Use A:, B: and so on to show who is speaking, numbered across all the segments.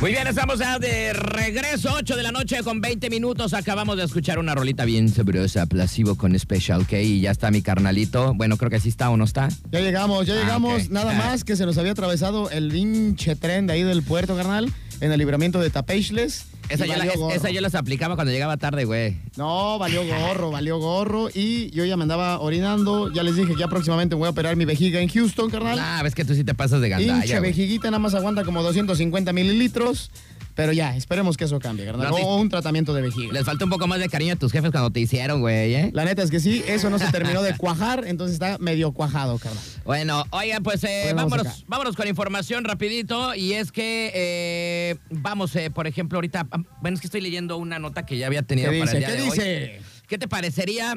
A: Muy bien, estamos ya de regreso, 8 de la noche con 20 minutos. Acabamos de escuchar una rolita bien sabrosa, Placebo con Special K. Y ya está mi carnalito. Bueno, creo que sí está o no está.
B: Ya llegamos, ya
A: Ah,
B: llegamos.
A: ok.
B: Nada
A: Ah.
B: más que se nos había atravesado el pinche tren de ahí del puerto, carnal, en el libramiento de Tapeixles.
A: Esa
B: y
A: yo, la-
B: valió
A: es-
B: gorro.
A: esa yo las aplicaba cuando llegaba tarde, güey.
B: No, valió gorro, valió gorro. Y yo ya me andaba orinando. Ya les dije que ya próximamente voy a operar mi vejiga en Houston, carnal.
A: Ah, ves que tú sí te pasas de
B: Pinche
A: gandalla, güey.
B: vejiguita nada más aguanta como 250 mililitros. Pero ya, esperemos que eso cambie, carnal.
A: No te-
B: O un tratamiento de vejiga.
A: Les falta un poco más de cariño a tus jefes cuando te hicieron, güey, ¿eh?
B: La neta es que sí, eso no se terminó de cuajar, entonces está medio cuajado, carnal.
A: Bueno, oigan, pues eh,
B: Bueno, vamos acá.
A: vámonos, vámonos con información rapidito. Y es que, eh, vamos, eh, por ejemplo, ahorita, ah, bueno, es que estoy leyendo una nota que ya había tenido
B: ¿Qué
A: para el
B: dice?
A: día
B: ¿Qué
A: de
B: dice?
A: hoy. ¿Qué te parecería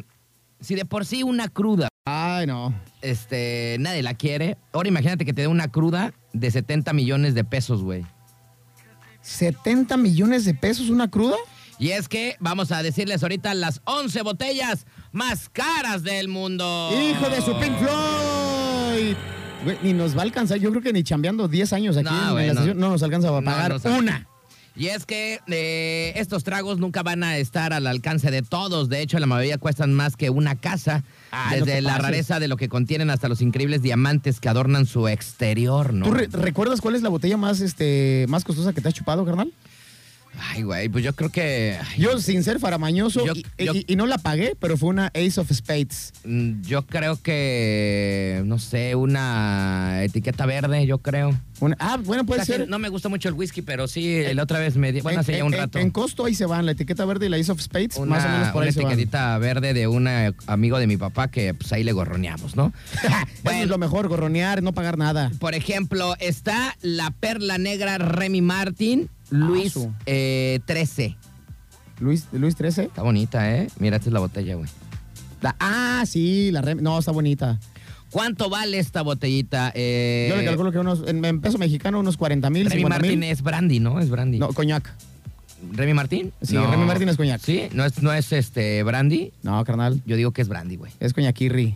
A: si de por sí una cruda,
B: Ay, no.
A: este, nadie la quiere? Ahora imagínate que te dé una cruda de 70 millones de pesos, güey.
B: 70 millones de pesos una cruda.
A: Y es que vamos a decirles ahorita las 11 botellas más caras del mundo.
B: Hijo de su Pink Floyd. Güey, ni nos va a alcanzar, yo creo que ni chambeando 10 años aquí
A: No,
B: en,
A: güey,
B: la
A: no.
B: estación no nos alcanza a
A: No,
B: pagar
A: no sabe.
B: una.
A: Y es que eh, estos tragos nunca van a estar al alcance de todos. De hecho, la mayoría cuestan más que una casa.
B: Ay, no
A: desde
B: te
A: la
B: pases.
A: rareza de lo que contienen hasta los increíbles diamantes que adornan su exterior, ¿no?
B: ¿Tú re- recuerdas cuál es la botella más, este, más costosa que te has chupado, carnal?
A: Ay, güey, pues yo creo que. ay,
B: Yo, sin ser faramañoso,
A: Yo-
B: y,
A: yo-
B: y- y no la pagué, pero fue una Ace of Spades.
A: mm, Yo creo que. No sé, una etiqueta verde, yo creo.
B: Una- ah, bueno, puede
A: O sea, que
B: ser.
A: No me gusta mucho el whisky, pero sí, la otra vez me. di- Bueno,
B: En-
A: hace ya
B: en-
A: un
B: en-
A: rato.
B: En costo ahí se van, la etiqueta verde y la Ace of Spades,
A: una,
B: más o menos por
A: una
B: ahí se van.
A: etiquetita verde de un eh, amigo de mi papá que pues ahí le gorroneamos, ¿no?
B: Eso
A: Bueno.
B: es lo mejor, gorronear, no pagar nada.
A: Por ejemplo, está la perla negra Remy Martin, Luis
B: Ah, su.
A: eh, 13.
B: Luis, Luis 13.
A: Está bonita, ¿eh? Mira, esta es la botella, güey.
B: La- ah, sí, la rem- No, está bonita.
A: ¿Cuánto vale esta botellita? Eh,
B: Yo le calculo que unos, en, en peso mexicano, unos 40 mil,
A: Remy
B: 50
A: Martin
B: mil.
A: es brandy, ¿no? Es brandy.
B: No, coñac.
A: ¿Remy Martin?
B: Sí,
A: No.
B: Remy Martin es coñac.
A: Sí, no es, no es este brandy.
B: No, carnal,
A: Yo digo que es brandy, güey.
B: es coñaquirri.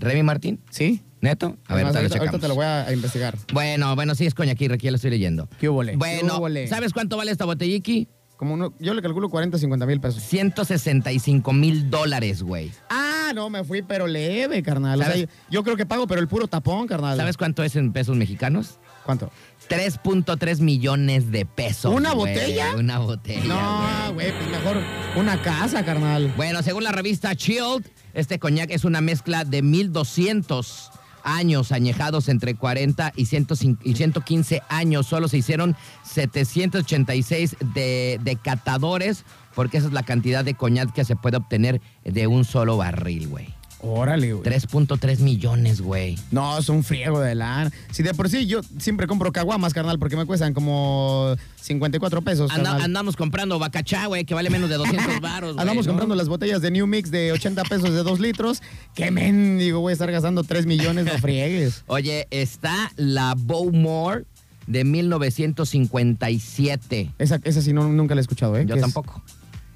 A: ¿Remy Martin?
B: ¿Sí?
A: ¿Neto? A ver,
B: Además,
A: ahorita lo
B: ahorita, ahorita
A: checamos.
B: te lo voy a, a investigar.
A: Bueno, bueno, sí es coñaquí, aquí ya lo estoy leyendo.
B: ¿Qué hubole?
A: Bueno,
B: ¿Qué hubole?
A: ¿sabes cuánto vale esta botelliki?
B: Como uno- yo le calculo 40, 50 mil pesos.
A: 165 mil dólares, güey.
B: Ah, no, me fui, pero leve, carnal. O sea,
A: ¿Sabes?
B: yo creo que pago, pero el puro tapón, carnal.
A: ¿Sabes cuánto es en pesos mexicanos?
B: cuánto?
A: 3.3 millones de pesos.
B: ¿Una
A: güey.
B: botella?
A: Una botella.
B: No,
A: güey.
B: güey, pues mejor una casa, carnal.
A: Bueno, según la revista Shield, este coñac es una mezcla de 1200 años añejados entre 40 y, 105 y 115 años. Solo se hicieron 786 de, de catadores, porque esa es la cantidad de coñac que se puede obtener de un solo barril, güey.
B: Órale, güey.
A: 3.3 millones, güey.
B: No, es un friego de lana. Si de por sí yo siempre compro caguamas, carnal, porque me cuestan como 54 pesos.
A: Anda-
B: carnal.
A: andamos comprando bacachá, güey, que vale menos de 200 baros, güey.
B: Andamos
A: ¿no?
B: comprando las botellas de New Mix de 80 pesos de 2 litros. Qué mendigo, voy a estar gastando 3 millones, no friegues.
A: Oye, está la Bowmore de 1957.
B: Esa, esa sí no, nunca la he escuchado, ¿eh?
A: Yo
B: ¿Qué es?
A: tampoco.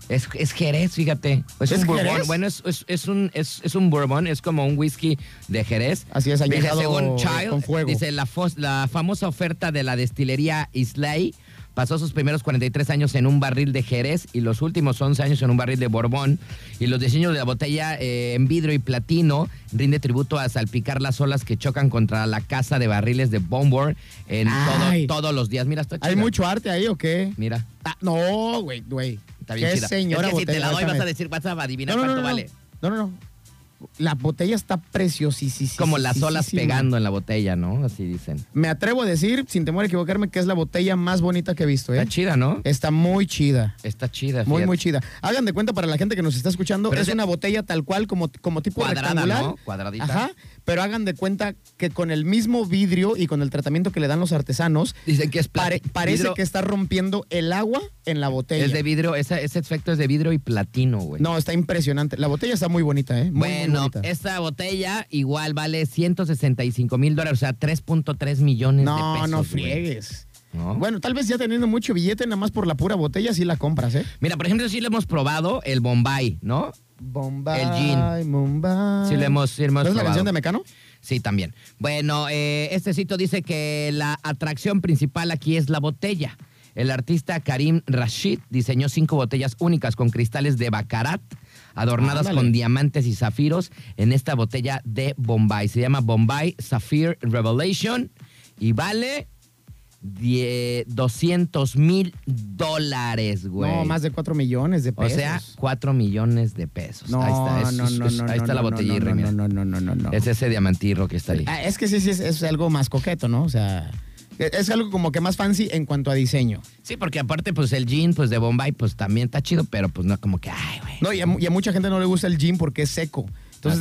A: Es, es Jerez, fíjate. Es,
B: ¿Es
A: un bourbon.
B: Jerez?
A: Bueno, es, es- es un, es, es un bourbon, es como un whisky de Jerez.
B: Así es,
A: Dice,
B: añejado
A: según Child,
B: con fuego.
A: dice, la, fos- la famosa oferta de la destilería Islay pasó sus primeros 43 años en un barril de Jerez y los últimos 11 años en un barril de Borbón. Y los diseños de la botella eh, en vidrio y platino rinde tributo a salpicar las olas que chocan contra la casa de barriles de Bombor en
B: Ay.
A: todo, todos los días. Mira, está
B: ¿Hay
A: chida.
B: mucho arte ahí o qué?
A: Mira.
B: Ah, no, güey, güey.
A: Está bien
B: Qué
A: chida.
B: señora
A: es que si te
B: botella,
A: la doy
B: déjame.
A: vas a decir, vas a adivinar
B: No, no,
A: cuánto
B: no, no.
A: vale.
B: No, no, no. La botella está preciosísima.
A: Como las olas pegando en la botella, ¿no? Así dicen.
B: Me atrevo a decir, sin temor a equivocarme, que es la botella más bonita que he visto, ¿eh?
A: Está chida, ¿no?
B: Está muy chida.
A: Está chida.
B: Muy,
A: fíjate.
B: muy chida. Hagan de cuenta para la gente que nos está escuchando,
A: Pero
B: es
A: es de-
B: una botella tal cual, como, como tipo
A: Cuadrada,
B: rectangular.
A: ¿no? Cuadradita.
B: Ajá. Pero hagan de cuenta que con el mismo vidrio y con el tratamiento que le dan los artesanos,
A: Dicen que es pla-
B: pare- parece
A: vidrio-
B: que está rompiendo el agua en la botella.
A: es de vidrio. Ese, ese efecto es de vidrio y platino, güey.
B: no, está impresionante. La botella está muy bonita, ¿eh? Muy, muy
A: Bueno,
B: bonita.
A: esta botella igual vale 165 mil dólares, o sea, 3.3 millones
B: No,
A: de pesos.
B: no
A: güey.
B: friegues.
A: ¿No?
B: Bueno, tal vez ya teniendo mucho billete, nada más por la pura botella, sí la compras, ¿eh?
A: Mira, por ejemplo, sí lo hemos probado, el Bombay, ¿no?
B: Bombay,
A: El gin.
B: Bombay.
A: Sí lo hemos- sí lo hemos
B: ¿No es la
A: probado.
B: canción de Mecano?
A: Sí, también. Bueno, eh, este sitio dice que la atracción principal aquí es la botella. El artista Karim Rashid diseñó cinco botellas únicas con cristales de Baccarat adornadas
B: Ándale.
A: con diamantes y zafiros en esta botella de Bombay. Se llama Bombay Sapphire Revelation y vale die- 200 mil dólares, güey.
B: No, más de 4 millones de
A: O
B: pesos.
A: sea, 4 millones de pesos.
B: no,
A: ahí está, es-
B: no, no,
A: es-
B: no,
A: ahí está
B: no,
A: la
B: no,
A: botella.
B: No, no, no, no, no, no, no.
A: Es ese diamantirro que está ahí.
B: Ah, es que sí, sí, es, es algo más coqueto, ¿no? O sea, es es algo como que más fancy en cuanto a diseño.
A: Sí, porque aparte, pues el jean pues, de Bombay, pues también está chido, pero pues no como que, ay, güey.
B: No, y a, mu- y a mucha gente no le gusta el gin porque es seco. Entonces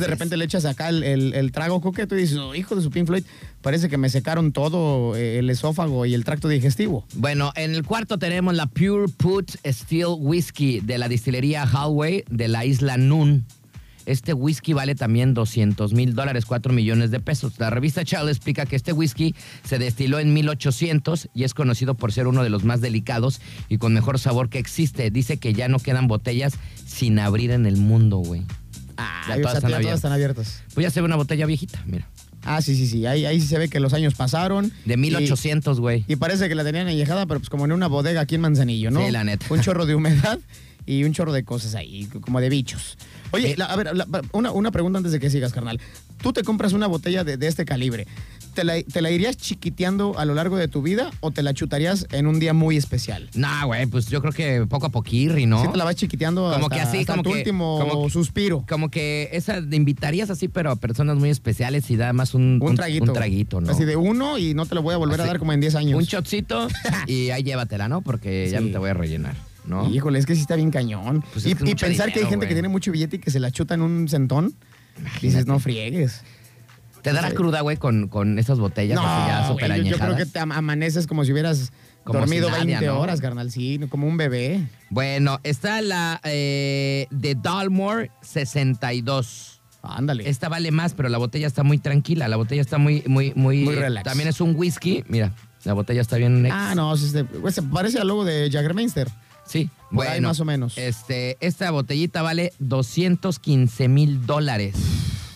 A: Así
B: de
A: es.
B: repente le echas acá el, el- el trago coqueto y dices, "Oh, hijo de su Pink Floyd, parece que me secaron todo eh, el esófago y el tracto digestivo.
A: Bueno, en el cuarto tenemos la Pure Put Steel Whiskey de la distillería Hallway de la isla Nun. Este whisky vale también 200 mil dólares, 4 millones de pesos. La revista Charles explica que este whisky se destiló en 1800 y es conocido por ser uno de los más delicados y con mejor sabor que existe. Dice que ya no quedan botellas sin abrir en el mundo, güey.
B: Ah,
A: Ya todas están abiertas.
B: están abiertas.
A: Pues ya se ve una botella viejita, mira.
B: Ah, sí, sí, sí. Ahí, ahí sí se ve que los años pasaron.
A: De 1800, güey.
B: Y, y parece que la tenían añejada, pero pues como en una bodega aquí en Manzanillo, ¿no?
A: Sí, la neta.
B: Un chorro de humedad y un chorro de cosas ahí, como de bichos. Oye,
A: Eh.
B: la- a ver, la- una, una pregunta antes de que sigas, carnal. Tú te compras una botella de, de este calibre. ¿Te la, ¿Te la irías chiquiteando a lo largo de tu vida o te la chutarías en un día muy especial?
A: No, güey, pues yo creo que poco a poquirri, ¿no?
B: Sí te la vas chiquiteando
A: Como
B: hasta,
A: que así,
B: hasta
A: como
B: tu
A: que-
B: último
A: como que-
B: suspiro.
A: Como que esa de invitarías así, pero a personas muy especiales y da más un,
B: Un traguito.
A: Un traguito, ¿no?
B: Así de uno y no te lo voy a volver
A: Así-
B: a dar como en 10 años.
A: Un shotcito y ahí llévatela, ¿no? Porque ya
B: Sí.
A: no te voy a rellenar, ¿no?
B: Híjole, es que sí está bien cañón.
A: Pues
B: y
A: es que es
B: y
A: mucho
B: pensar que hay
A: dinero,
B: gente
A: güey.
B: que tiene mucho billete y que se la chuta en un centón. Dices, no friegues.
A: Te dará
B: Sí.
A: cruda, güey, con, con esas botellas
B: no,
A: así ya
B: güey,
A: súper
B: yo- yo, creo que
A: añejadas.
B: te am- amaneces como si hubieras
A: Como
B: dormido
A: si nada,
B: 20
A: ¿no?
B: horas, carnal. Sí, como un bebé.
A: Bueno, está la eh, de Dalmore 62.
B: Ándale.
A: Esta vale más, pero la botella está muy tranquila. La botella está muy, muy, muy. eh,
B: Muy relax.
A: También es un whisky. Mira, la botella está bien. ex.
B: Ah, no, sí, este- güey, se parece al logo de Jagermeister.
A: Sí,
B: Por
A: bueno.
B: ahí más o menos.
A: Este, esta botellita vale 215 mil dólares.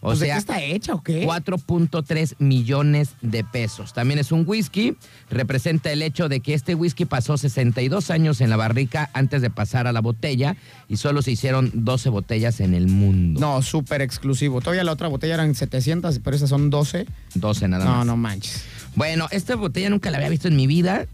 A: O
B: Pues, ¿de
A: sea,
B: qué está hecha o qué?
A: 4.3 millones de pesos. También es un whisky. Representa el hecho de que este whisky pasó 62 años en la barrica antes de pasar a la botella y solo se hicieron 12 botellas en el mundo.
B: No, súper exclusivo. Todavía la otra botella eran 700, pero esas son 12.
A: 12 nada
B: no,
A: más.
B: no manches.
A: Bueno, esta botella nunca la había visto en mi vida.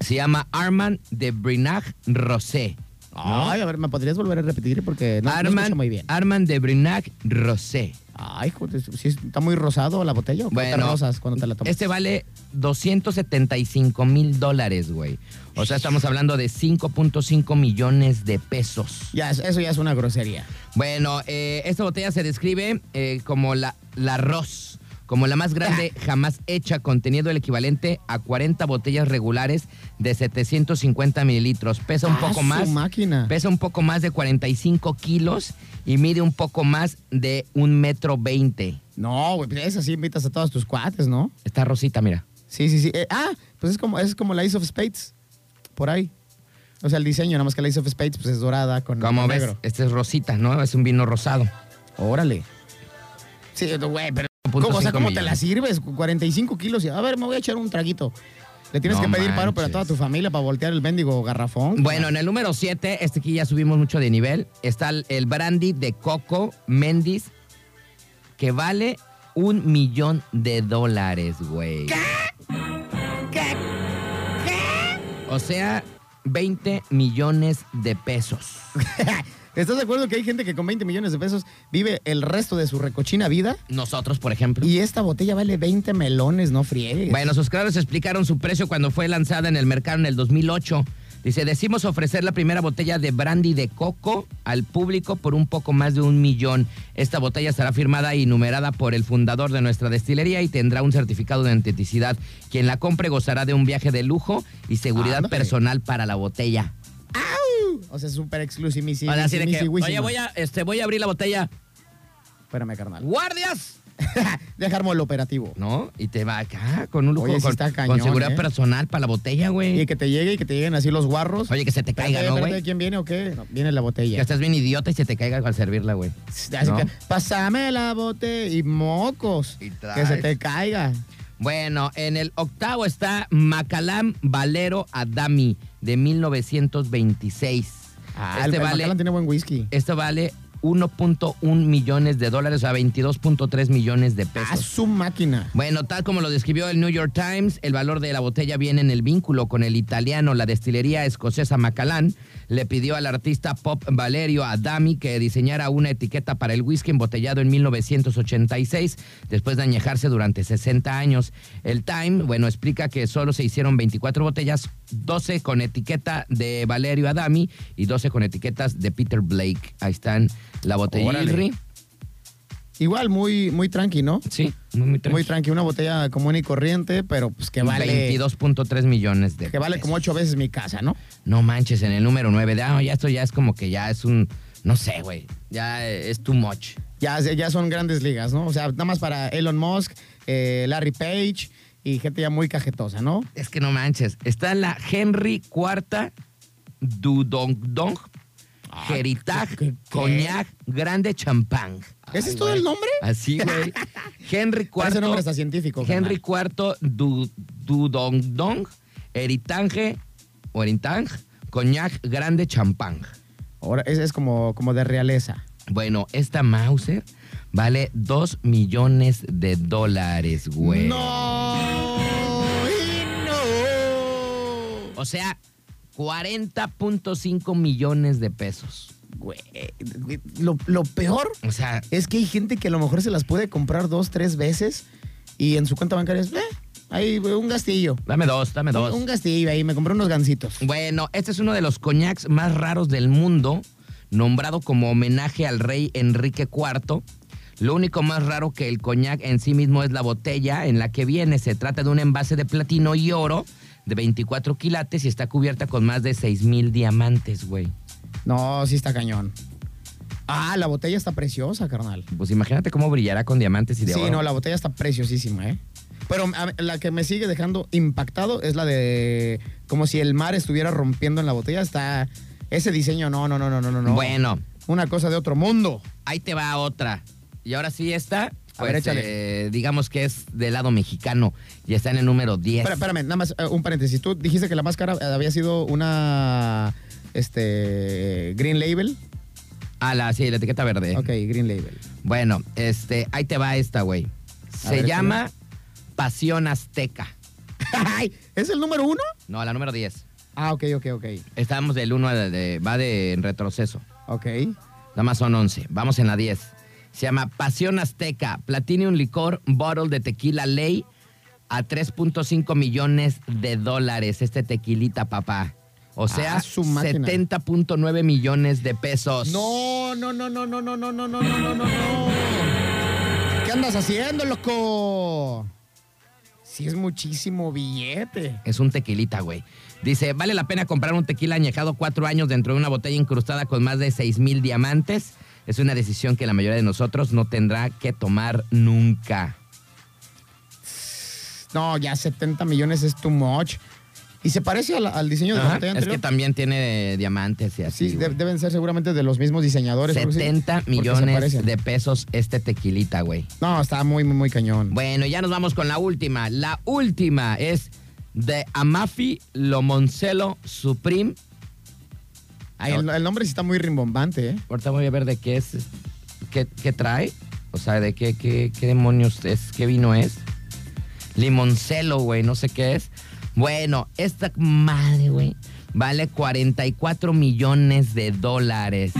A: Se llama Armand de Brinage Rosé. ¿no?
B: Ay, a ver, ¿me podrías volver a repetir? Porque no, no
A: Armand,
B: escucho muy bien.
A: Armand de Brinac Rosé.
B: Ay, joder, sí, está muy rosado la botella. ¿o qué?
A: Bueno,
B: te rosas cuando te la tomas?
A: Este vale 275 mil dólares, güey. O sea, estamos hablando de 5.5 millones de pesos.
B: Ya, es- eso ya es una grosería.
A: Bueno, eh, esta botella se describe eh, como la, la Ross, como la más grande jamás hecha, conteniendo el equivalente a 40 botellas regulares de 750 mililitros. Pesa un
B: Ah,
A: poco
B: su
A: más.
B: máquina.
A: Pesa un poco más de 45 kilos y mide un poco más de un metro veinte.
B: No, güey, es así, invitas a todos tus cuates, ¿no?
A: Está rosita, mira.
B: Sí, sí, sí. Eh, ah, pues es como, es como la Ace of Spades, por ahí. O sea, el diseño, nada más que la Ace of Spades pues, es dorada con,
A: Como
B: con
A: ves,
B: negro.
A: este es rosita, ¿no? Es un vino rosado.
B: Órale. Sí, güey, pero
A: Punto
B: ¿cómo, o sea,
A: cinco
B: ¿cómo te
A: millones.
B: la sirves? 45 kilos y, a ver, me voy a echar un traguito. Le tienes
A: No
B: que pedir paro para
A: manches.
B: toda tu familia para voltear el mendigo garrafón.
A: Bueno, en el número 7, este aquí ya subimos mucho de nivel, está el- el brandy de Coco Mendes, que vale un millón de dólares, güey. ¿Qué? O sea, 20 millones de pesos.
B: ¿Estás de acuerdo que hay gente que con 20 millones de pesos vive el resto de su recochina vida?
A: Nosotros, por ejemplo.
B: Y esta botella vale 20 melones, no friegues.
A: Bueno, sus creadores explicaron su precio cuando fue lanzada en el mercado en el 2008. Dice, decimos ofrecer la primera botella de brandy de coco al público por un poco más de un millón. Esta botella estará firmada y numerada por el fundador de nuestra destilería y tendrá un certificado de autenticidad. Quien la compre gozará de un viaje de lujo y seguridad
B: Ándale.
A: personal para la botella.
B: O sea, súper exclusivísimo.
A: Ahora, así de que, oye, voy a, este, voy a abrir la botella.
B: Espérame, carnal.
A: ¡Guardias!
B: Dejar el operativo.
A: ¿no? Y te va acá con un lujo,
B: Oye, sí
A: con,
B: está
A: con
B: cañón,
A: seguridad
B: ¿eh?
A: personal para la botella, güey.
B: Y que te llegue y que te lleguen así los guarros.
A: Oye, que se te caiga,
B: Espérate,
A: ¿no,
B: espérate,
A: güey?
B: ¿Quién viene o qué? No, viene la
A: Que
B: botella.
A: estás bien idiota y se te caiga al servirla, güey.
B: Así
A: ¿no?
B: que, pásame la botella y mocos.
A: Y traes.
B: que se te caiga.
A: Bueno, en el octavo está Macalam Valero Adami de 1926.
B: Ah,
A: este,
B: el, el
A: vale,
B: Macallan tiene buen whisky.
A: este vale 1.1 millones de dólares, o sea, 22.3 millones de
B: Ah,
A: pesos.
B: su máquina.
A: Bueno, tal como lo describió el New York Times, el valor de la botella viene en el vínculo con el italiano. La destilería escocesa Macallan le pidió al artista pop Valerio Adami que diseñara una etiqueta para el whisky embotellado en 1986, después de añejarse durante 60 años. El Time, bueno, explica que solo se hicieron 24 botellas, 12 con etiqueta de Valerio Adami y 12 con etiquetas de Peter Blake. Ahí están la botella.
B: Órale.
A: Ilri.
B: Igual, muy, muy tranqui, ¿no?
A: Sí, muy, muy
B: Muy tranqui. Una botella común y corriente, pero pues que vale.
A: 22.3 millones de
B: Que vale como
A: pesos.
B: ocho veces mi casa, ¿no?
A: No manches, en el número 9. de, ah, ya esto ya es como que ya es un. No sé, güey. Ya eh, es too much.
B: Ya, ya son grandes ligas, ¿no? O sea, nada más para Elon Musk, eh, Larry Page y gente ya muy cajetosa, ¿no?
A: Es que no manches. Está la Henry IV Dudongdong. Heritage,
B: Ah, ¿qué- qué- qué?
A: Cognac, Grande Champán.
B: ¿Ese
A: Ay,
B: es todo
A: güey.
B: el nombre?
A: Así, güey. Henry IV.
B: Ese nombre está científico.
A: Henry
B: carnal.
A: IV Du- Dudongdong. Heritage, o Heritage, Cognac, Grande Champán.
B: Ahora, ese es como, como de realeza.
A: Bueno, esta Mauser vale 2 millones de dólares, güey.
B: ¡No! ¡Y no!
A: O sea, 40.5 millones de pesos.
B: Güey, güey, lo, lo peor
A: O sea,
B: es que hay gente que a lo mejor se las puede comprar dos, tres veces y en su cuenta bancaria es, eh, ahí güey, un gastillo.
A: dame dos, dame dos.
B: Un, un gastillo ahí, me compré unos gancitos.
A: Bueno, este es uno de los coñacs más raros del mundo, nombrado como homenaje al rey Enrique IV. Lo único más raro que el coñac en sí mismo es la botella en la que viene. Se trata de un envase de platino y oro de 24 quilates y está cubierta con más de 6 mil diamantes, güey.
B: No, sí está cañón. Ah, la botella está preciosa, carnal.
A: Pues imagínate cómo brillará con diamantes y de
B: Sí,
A: oro.
B: no, la botella está preciosísima, ¿eh? Pero a- la que me sigue dejando impactado es la de como si el mar estuviera rompiendo en la botella. Está ese diseño, no, no, no, no, no, no, no.
A: Bueno,
B: Una cosa de otro mundo.
A: ahí te va otra. Y ahora sí esta,
B: A ver,
A: pues,
B: échale.
A: eh, digamos que es del lado mexicano y está en el número 10.
B: Espera, espérame, nada más eh, un paréntesis. Tú dijiste que la máscara eh, había sido una este Green Label.
A: Ah, la, sí, la etiqueta verde.
B: Ok, Green Label.
A: Bueno, este, ahí te va esta, güey.
B: A
A: Se
B: ver,
A: llama Pasión Azteca.
B: Ay, ¿Es el número uno?
A: No, la número 10.
B: Ah, ok, ok, ok.
A: Estábamos del 1 al de, va de en retroceso.
B: Ok.
A: Nada más son 11. Vamos en la 10. Se llama Pasión Azteca, Platinum Licor, Bottle de Tequila Ley a 3.5 millones de dólares. Este tequilita, papá. O sea,
B: Ah, su máquina.
A: 70.9 millones de pesos.
B: No, no, no, no, no, no, no, no, no, no, no, no. ¿Qué andas haciendo, loco? Sí, es muchísimo billete.
A: Es un tequilita, güey. Dice, vale la pena comprar un tequila añejado cuatro años dentro de una botella incrustada con más de 6 mil diamantes. Es una decisión que la mayoría de nosotros no tendrá que tomar nunca.
B: No, ya 70 millones es too much. Y se parece al, al diseño de la
A: Ajá.
B: botella
A: Es
B: anterior.
A: que también tiene eh, diamantes y así.
B: Sí, de-
A: güey.
B: deben ser seguramente de los mismos diseñadores. porque pues, sí,
A: 70
B: porque se
A: millones
B: parecen.
A: de pesos este tequilita, güey.
B: No, está muy, muy, muy cañón.
A: Bueno, ya nos vamos con la última. La última es de Amafi Lomoncelo Supreme.
B: Ay, el, el nombre sí está muy rimbombante, ¿eh?
A: Ahorita voy a ver de qué es, qué, qué trae. O sea, de qué, qué, qué demonios es, qué vino es. Limoncelo, güey, no sé qué es. Bueno, esta madre, güey, vale 44 millones de dólares.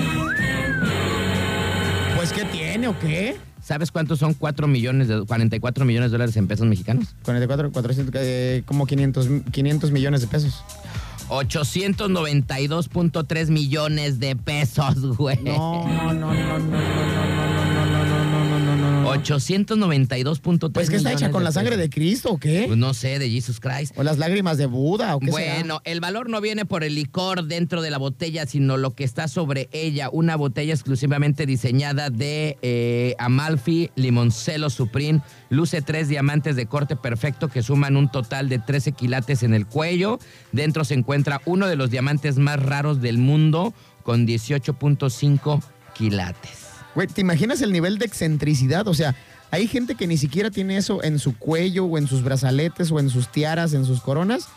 B: Pues, ¿qué tiene o qué?
A: ¿Sabes cuántos son 4 millones de, 44 millones de dólares en pesos mexicanos?
B: 44, 400, eh, como 500, 500 millones de pesos.
A: 892.3 millones de pesos, güey.
B: No, no, no, no, no, no, no, no, no, no, no, no, no, no, no, no, no, no, no,
A: 892.3
B: Pues que está hecha
A: millones
B: con
A: de
B: la sangre
A: pesos.
B: de Cristo o qué?
A: Pues no sé, de Jesus Christ.
B: O las lágrimas de Buda o qué será?
A: Bueno, el valor no viene por el licor dentro de la botella, sino lo que está sobre ella. Una botella exclusivamente diseñada de eh, Amalfi Limoncello Supreme. Luce tres diamantes de corte perfecto que suman un total de 13 quilates en el cuello. Dentro se encuentra uno de los diamantes más raros del mundo con 18.5 quilates.
B: Güey, ¿te imaginas el nivel de excentricidad? O sea, hay gente que ni siquiera tiene eso en su cuello o en sus brazaletes o en sus tiaras, en sus coronas.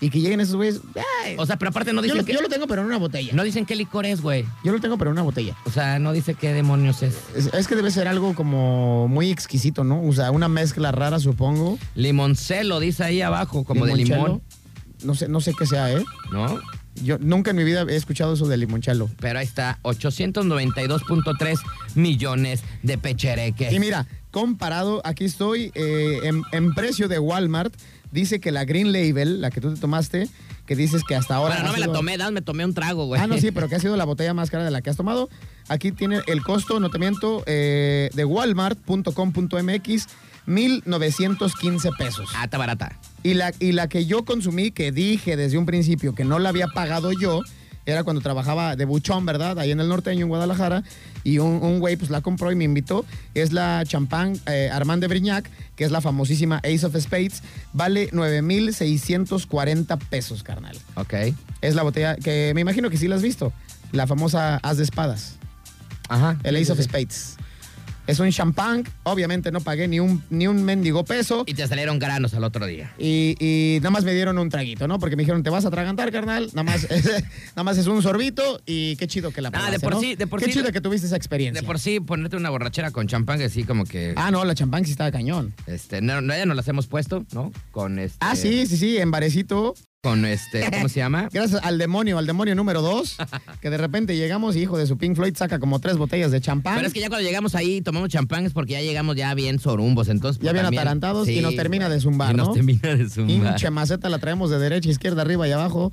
B: Y que lleguen esos güeyes. "Ay,
A: O sea, pero aparte no
B: yo,
A: dicen,
B: lo,
A: que,
B: yo lo tengo, pero en una botella.
A: no dicen qué licor es, güey.
B: Yo lo tengo, pero en una botella.
A: O sea, no dice qué demonios es.
B: Es, es que debe ser algo como muy exquisito, ¿no? O sea, una mezcla rara, supongo.
A: Limoncelo, dice ahí abajo, como de
B: Limonchelo.
A: limón,
B: No sé, no sé qué sea, ¿eh?
A: ¿no?
B: Yo nunca en mi vida he escuchado eso de limonchalo.
A: Pero ahí está, 892.3 millones de pechereques.
B: Y mira, comparado, aquí estoy eh, en, en precio de Walmart. Dice que la Green Label, la que tú te tomaste, que dices que hasta ahora.
A: bueno, no
B: ha
A: me la
B: sido-
A: tomé, Dan, me tomé un trago, güey.
B: Ah, no, sí, pero que ha sido la botella más cara de la que has tomado. Aquí tiene el costo, no te miento, eh, de walmart.com.mx, 1915 pesos.
A: Ah, está barata.
B: Y la, y la que yo consumí, que dije desde un principio que no la había pagado yo, era cuando trabajaba de buchón, ¿verdad? Ahí en el norteño, en Guadalajara. Y un, un güey pues la compró y me invitó. Es la champán eh, Armand de Brignac, que es la famosísima Ace of Spades. Vale 9,640 pesos, carnal.
A: Ok.
B: Es la botella que me imagino que sí la has visto. La famosa As de Espadas,
A: Ajá.
B: el Ace of Spades. Es un champán, obviamente no pagué ni un, ni un mendigo peso.
A: Y te salieron granos al otro día.
B: Y, y nada más me dieron un traguito, ¿no? Porque me dijeron, te vas a atragantar, carnal. Nada más, nada más es un sorbito y qué chido que la
A: Ah, de
B: probaste,
A: por
B: ¿no?
A: sí, de por
B: Qué
A: sí-
B: chido que tuviste esa experiencia.
A: De por sí, ponerte una borrachera con champán, que sí, como que.
B: Ah, no, la champán sí estaba cañón.
A: Este, no, no, ya nos las hemos puesto, ¿no? Con este.
B: Ah, sí, sí, sí, en barecito.
A: Con este, ¿cómo se llama?
B: Gracias al demonio, al demonio número dos, que de repente llegamos y hijo de su Pink Floyd saca como tres botellas de champán.
A: Pero es que ya cuando llegamos ahí y tomamos champán es porque ya llegamos ya bien sorumbos, entonces.
B: Ya
A: pues,
B: bien
A: también-
B: atarantados y nos termina de zumbar,
A: Y nos
B: ¿no?
A: termina de zumbar.
B: Hinche maceta la traemos de derecha, izquierda, arriba y abajo.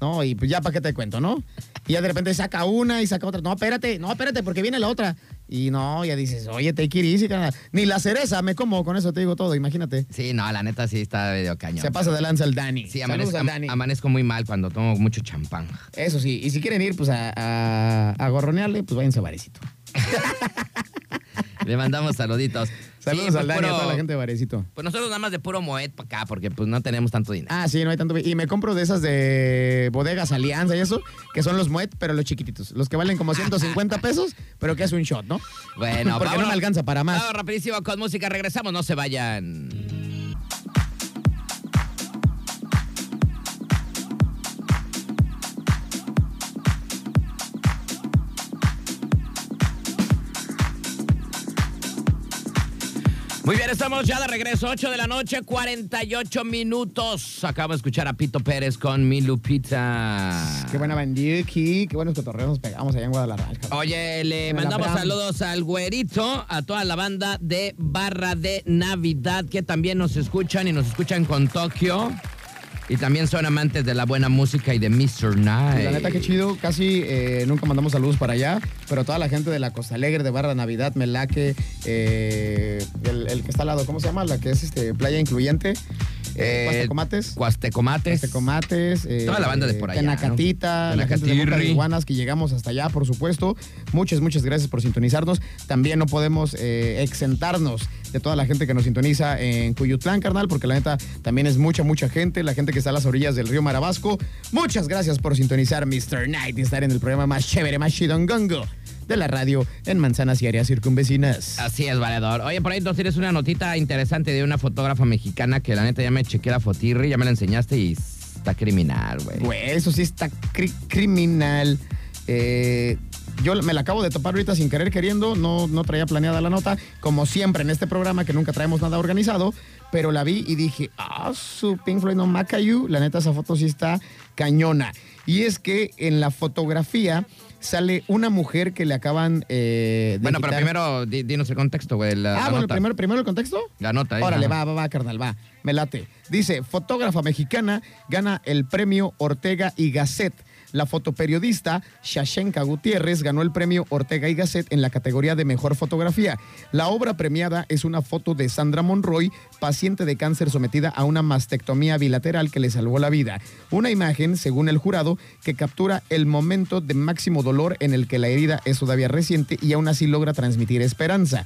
B: No, y pues ya para qué te cuento, ¿no? Y ya de repente saca una y saca otra. No, espérate, no, espérate, porque viene la otra. Y no, ya dices, oye, te easy, carnal. Ni la cereza me como, con eso te digo todo, imagínate.
A: Sí, no, la neta sí está medio cañón.
B: Se pasa de lanza el Dani.
A: Sí,
B: Saludos
A: amanezco,
B: al Dani.
A: amanezco muy mal cuando tomo mucho champán.
B: Eso sí, y si quieren ir pues a, a, a gorronearle, pues váyanse a Varecito.
A: Le mandamos saluditos.
B: Saludos
A: Sí, pues,
B: al Dani,
A: puro-
B: a toda la gente de Varecito.
A: Pues nosotros nada más de puro moed para acá, porque pues no tenemos tanto dinero.
B: Ah, sí, no hay tanto. Y me compro de esas de bodegas Alianza y eso, que son los Moet, pero los chiquititos. Los que valen como 150 pesos, pero que es un shot, ¿no?
A: Bueno,
B: porque no
A: vámonos.
B: me alcanza para más.
A: Vamos rapidísimo con música, regresamos, no se vayan. Muy bien, estamos ya de regreso, 8 de la noche, 48 minutos. Acabo de escuchar a Pito Pérez con mi Lupita.
B: Qué buena bandida aquí, qué buenos cotorreos nos pegamos allá en Guadalajara.
A: Oye, le
B: Me la
A: mandamos
B: brama.
A: saludos al güerito, a toda la banda de Barra de Navidad, que también nos escuchan y nos escuchan con Tokio. Y también son amantes de la buena música y de Mr. Night.
B: La neta, qué chido. Casi eh, nunca mandamos saludos para allá, pero toda la gente de la Costa Alegre, de Barra Navidad, Melaque, eh, el, el que está al lado, ¿cómo se llama? La que es este, Playa Incluyente, eh,
A: Eh,
B: Comates.
A: Cuastecomates.
B: Tecomates, eh,
A: Toda la banda de por allá,
B: Tenacatita,
A: ¿no?
B: la gente de
A: Tenacatirri.
B: Boca de Iguanas que llegamos hasta allá, por supuesto. Muchas, muchas gracias por sintonizarnos. También no podemos eh, exentarnos de toda la gente que nos sintoniza en Cuyutlán, carnal, porque la neta también es mucha, mucha gente, la gente que está a las orillas del río Marabasco. Muchas gracias por sintonizar Mr. Night y estar en el programa más chévere, más chidongongo de la radio en Manzanas y áreas circunvecinas.
A: Así es, valedor. Oye, por ahí tú tienes una notita interesante de una fotógrafa mexicana que la neta ya me chequé la fotirri, ya me la enseñaste y está criminal, güey.
B: Güey, eso sí está cri- criminal. Eh, yo me la acabo de topar ahorita sin querer queriendo, no, no traía planeada la nota, como siempre en este programa que nunca traemos nada organizado, pero la vi y dije, ah, su Pink Floyd no Macayu, la neta esa foto sí está cañona. Y es que en la fotografía sale una mujer que le acaban eh, de
A: Bueno, pero
B: quitar-
A: primero di- dinos el contexto, güey. La,
B: Ah,
A: la
B: bueno,
A: nota.
B: primero, primero el contexto.
A: La nota, ahí,
B: Órale,
A: ajá.
B: va, va, va, carnal, va. Me late. Dice, fotógrafa mexicana gana el premio Ortega y Gasset La fotoperiodista Shashenka Gutiérrez ganó el premio Ortega y Gasset en la categoría de mejor fotografía. La obra premiada es una foto de Sandra Monroy, paciente de cáncer sometida a una mastectomía bilateral que le salvó la vida. Una imagen, según el jurado, que captura el momento de máximo dolor en el que la herida es todavía reciente y aún así logra transmitir esperanza.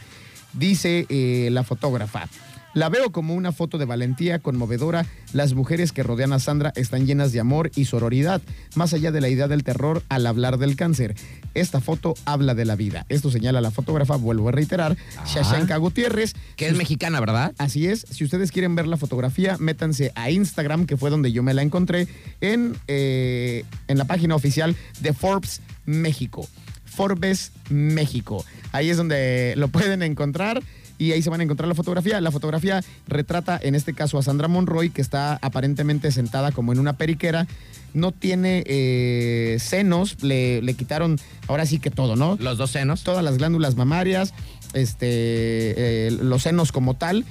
B: Dice eh, la fotógrafa. La veo como una foto de valentía conmovedora. Las mujeres que rodean a Sandra están llenas de amor y sororidad, más allá de la idea del terror al hablar del cáncer. Esta foto habla de la vida. Esto señala la fotógrafa, vuelvo a reiterar,
A: Ah.
B: Shashanka Gutiérrez.
A: Que es mexicana, ¿verdad?
B: Así es, si ustedes quieren ver la fotografía, métanse a Instagram, que fue donde yo me la encontré, en, eh, en la página oficial de Forbes México. Forbes México. Ahí es donde lo pueden encontrar y ahí se van a encontrar la fotografía. La fotografía retrata en este caso a Sandra Monroy, que está aparentemente sentada como en una periquera. No tiene eh, senos, le, le quitaron ahora sí que todo, ¿no?
A: Los dos senos.
B: todas las glándulas mamarias, este, eh, los senos como tal,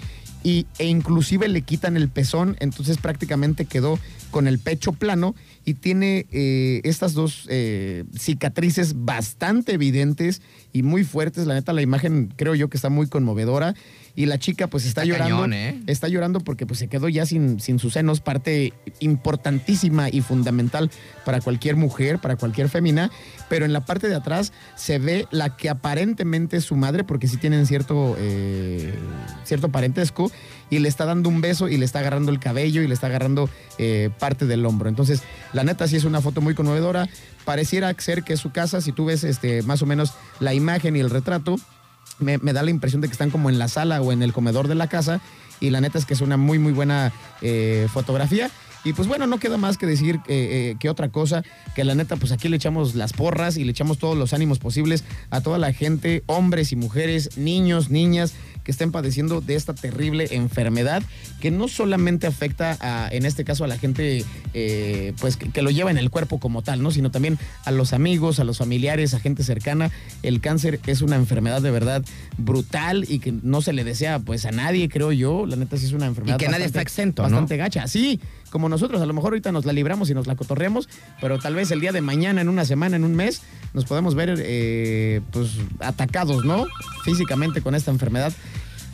B: y, e inclusive le quitan el pezón, entonces prácticamente quedó con el pecho plano y tiene eh, estas dos eh, cicatrices bastante evidentes y muy fuertes. La neta, la imagen creo yo que está muy conmovedora y la chica pues está,
A: Está
B: llorando.
A: cañón, ¿eh?
B: Está llorando porque pues se quedó ya sin, sin sus senos, parte importantísima y fundamental para cualquier mujer, para cualquier femina, pero en la parte de atrás se ve la que aparentemente es su madre, porque sí tienen cierto, eh, cierto parentesco, y le está dando un beso y le está agarrando el cabello y le está agarrando eh, parte del hombro. Entonces, la neta sí es una foto muy conmovedora, pareciera ser que es su casa, si tú ves este, más o menos la imagen y el retrato, me, me da la impresión de que están como en la sala o en el comedor de la casa. Y la neta es que es una muy, muy buena eh, fotografía. Y pues bueno, no queda más que decir eh, eh, que otra cosa, que la neta, pues aquí le echamos las porras y le echamos todos los ánimos posibles a toda la gente, hombres y mujeres, niños, niñas, que estén padeciendo de esta terrible enfermedad que no solamente afecta a, en este caso a la gente eh, pues que, que lo lleva en el cuerpo como tal, ¿no? Sino también a los amigos, a los familiares, a gente cercana. El cáncer es una enfermedad de verdad brutal y que no se le desea pues a nadie, creo yo. La neta sí es una enfermedad
A: Y que nadie está exento, ¿no?
B: bastante gacha. Sí, como nosotros a lo mejor ahorita nos la libramos y nos la cotorremos, pero tal vez el día de mañana, en una semana, en un mes, nos podemos ver eh, pues atacados, ¿no? Físicamente con esta enfermedad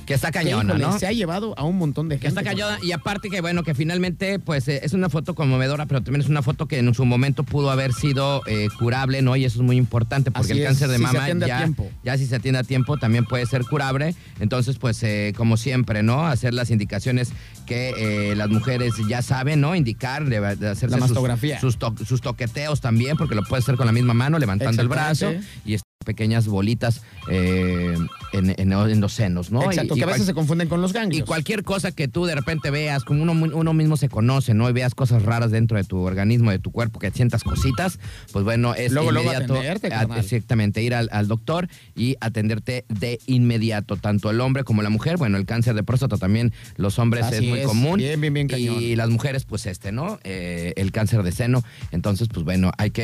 A: Que está cañona,
B: que, híjole,
A: ¿no?
B: Se ha llevado a un montón de pues.
A: Que
B: gente.
A: está cañona. Y aparte que, bueno, que finalmente, pues, eh, es una foto conmovedora, pero también es una foto que en su momento pudo haber sido eh, curable, ¿no? Y eso es muy importante, porque
B: Así
A: el
B: es,
A: cáncer de
B: si se
A: mama
B: atiende a
A: ya,
B: tiempo.
A: ya si se atiende a tiempo también puede ser curable. Entonces, pues, eh, como siempre, ¿no? Hacer las indicaciones que eh, las mujeres ya saben, ¿no? Indicar, de, de hacerse
B: La
A: sus-
B: mastografía.
A: Sus, to- sus toqueteos también, porque lo puedes hacer con la misma mano, levantando el brazo
B: Exactamente.
A: y estas pequeñas bolitas eh, en, en- en los senos, ¿no?
B: Exacto,
A: Y- y
B: que a veces se confunden con los ganglios.
A: y cualquier cosa que tú de repente veas, como uno, mu- uno mismo se conoce, ¿no? Y veas cosas raras dentro de tu organismo, de tu cuerpo, que sientas cositas, pues bueno, es
B: Luego, luego
A: inmediato.
B: atenderte,
A: a-
B: carnal.
A: exactamente, ir al, al doctor y atenderte de inmediato, tanto el hombre como la mujer. Bueno, el cáncer de próstata también, los hombres
B: Así
A: es muy
B: es,
A: común.
B: bien, bien, bien cañón.
A: Y las mujeres, pues este, ¿no? Eh, el cáncer de seno. Entonces, pues bueno, hay que.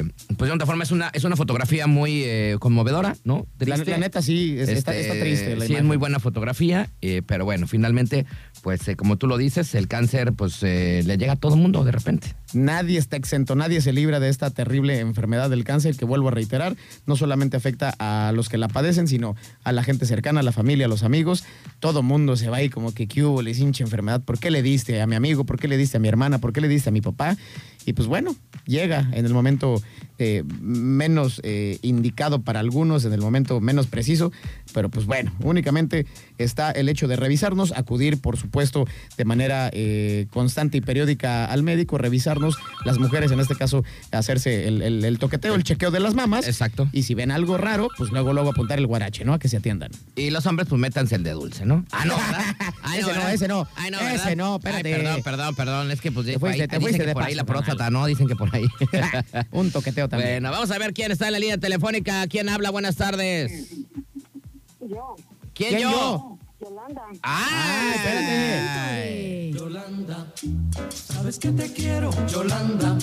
A: eh, pues de otra forma, es una, es una fotografía muy eh, conmovedora, ¿no?
B: la,
A: Triste.
B: la neta sí, es- está,
A: Este,
B: está triste la
A: sí, es
B: imagen.
A: muy buena fotografía, eh, pero bueno, finalmente, pues eh, como tú lo dices, el cáncer pues eh, le llega a todo mundo de repente.
B: Nadie está exento, nadie se libra de esta terrible enfermedad del cáncer que vuelvo a reiterar, no solamente afecta a los que la padecen, sino a la gente cercana, a la familia, a los amigos. Todo mundo se va ahí como que, ¿qué hubo? Les hinche enfermedad. ¿Por qué le diste a mi amigo? ¿Por qué le diste a mi hermana? ¿Por qué le diste a mi papá? Y pues bueno, llega en el momento eh, menos eh, indicado para algunos, en el momento menos preciso, pero pues bueno, únicamente está el hecho de revisarnos, acudir por supuesto de manera eh, constante y periódica al médico, revisarnos, las mujeres en este caso hacerse el, el- el toqueteo, el chequeo de las mamas.
A: Exacto.
B: Y si ven algo raro, pues luego, luego apuntar el guarache, ¿no? A que se atiendan.
A: Y los hombres pues métanse el de dulce, ¿no? Ah, no, ¿verdad?
B: Ese
A: ¿verdad?
B: no, ese no.
A: Ay,
B: Ese
A: ¿verdad?
B: no,
A: Ay,
B: espérate.
A: perdón, perdón, perdón, es que pues
B: Te
A: por
B: fuiste,
A: ahí-
B: te
A: dicen
B: fuiste
A: que
B: de
A: por ahí la
B: paso, carnal.
A: próstata, no, dicen que por ahí.
B: Un toqueteo también.
A: bueno, vamos a ver quién está en la línea telefónica, quién habla, buenas tardes.
C: Yo,
A: ¿Quién,
B: ¿Quién
A: yo?
B: yo?
C: Yolanda.
A: Ah,
B: Ah, espérate.
D: Yolanda, sabes que te quiero, Yolanda,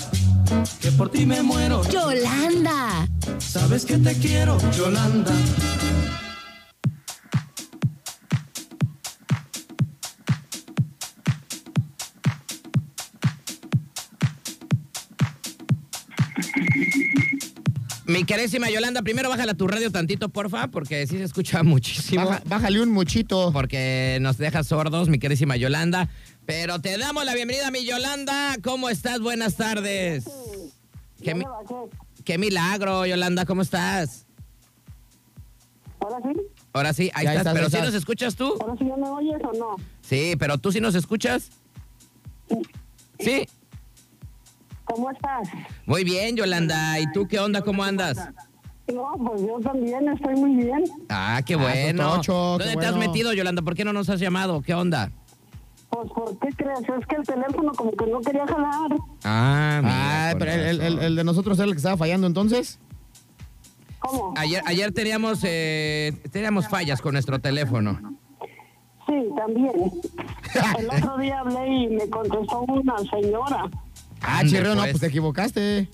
D: que por ti me muero,
E: Yolanda.
D: sabes que te quiero, Yolanda.
A: Mi querésima Yolanda, primero bájala tu radio tantito, porfa, porque sí se escucha muchísimo.
B: Baja- bájale un muchito.
A: Porque nos deja sordos, mi querésima Yolanda. Pero te damos la bienvenida, mi Yolanda. ¿Cómo estás? Buenas tardes. Qué,
C: Ya
A: mi-
C: me bajé.
A: qué milagro, Yolanda. ¿Cómo estás?
C: Ahora sí,
A: Ahora sí, ahí
B: Ya
A: estás.
B: estás,
A: pero
B: ya
A: sí
B: estás.
A: nos escuchas tú.
C: ahora sí ya me oyes o no.
A: Sí, pero tú sí nos escuchas. Sí.
C: ¿Cómo estás?
A: Muy bien, Yolanda. ¿Y tú qué onda? ¿Cómo andas?
C: No, pues yo también estoy muy bien.
A: Ah, qué
B: Ah,
A: bueno.
B: Totocho, qué
A: ¿Dónde te has
B: bueno.
A: metido, Yolanda? ¿Por qué no nos has llamado? ¿Qué onda?
C: Pues, ¿por qué crees? Es que el teléfono como que no quería jalar.
A: Ah, mira,
B: Ah,
A: con
B: pero el, el-
A: razón.
B: el- el de nosotros era el que estaba fallando entonces.
C: ¿Cómo?
A: Ayer, ayer teníamos, eh, teníamos fallas con nuestro teléfono.
C: Sí, también. El otro día hablé y me contestó una señora.
B: Ah,
A: Ande,
B: chirreo, no,
A: pues.
B: pues te equivocaste.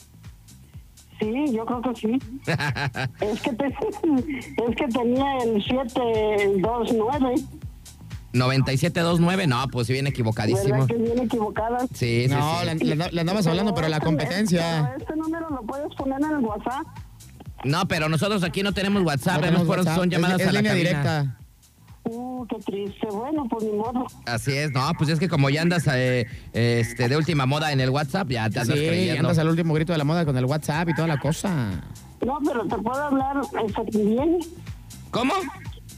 C: Sí, yo creo que sí. es, que te- es que tenía el 729.
A: 9729, no, pues sí, bien equivocadísimo.
C: ¿Verdad que bien equivocada?
A: Sí, sí,
B: no,
A: sí.
B: Le, le- le andabas hablando, pero la
C: este-
B: competencia.
C: pero Este número lo puedes poner en el WhatsApp.
A: No, pero nosotros aquí no tenemos WhatsApp,
B: No
A: vemos
B: tenemos
A: por
B: WhatsApp,
A: son
B: es-
A: llamadas
B: es
A: a la
B: línea
A: cabina.
B: directa.
C: Uh, qué triste. Bueno, pues ni modo.
A: Así es, no, pues es que como ya andas eh, este, de última moda en el WhatsApp, ya te andas
B: Sí,
A: creyendo.
B: andas al último grito de la moda con el WhatsApp y toda la cosa.
C: No, pero te puedo hablar este, bien.
A: ¿Cómo?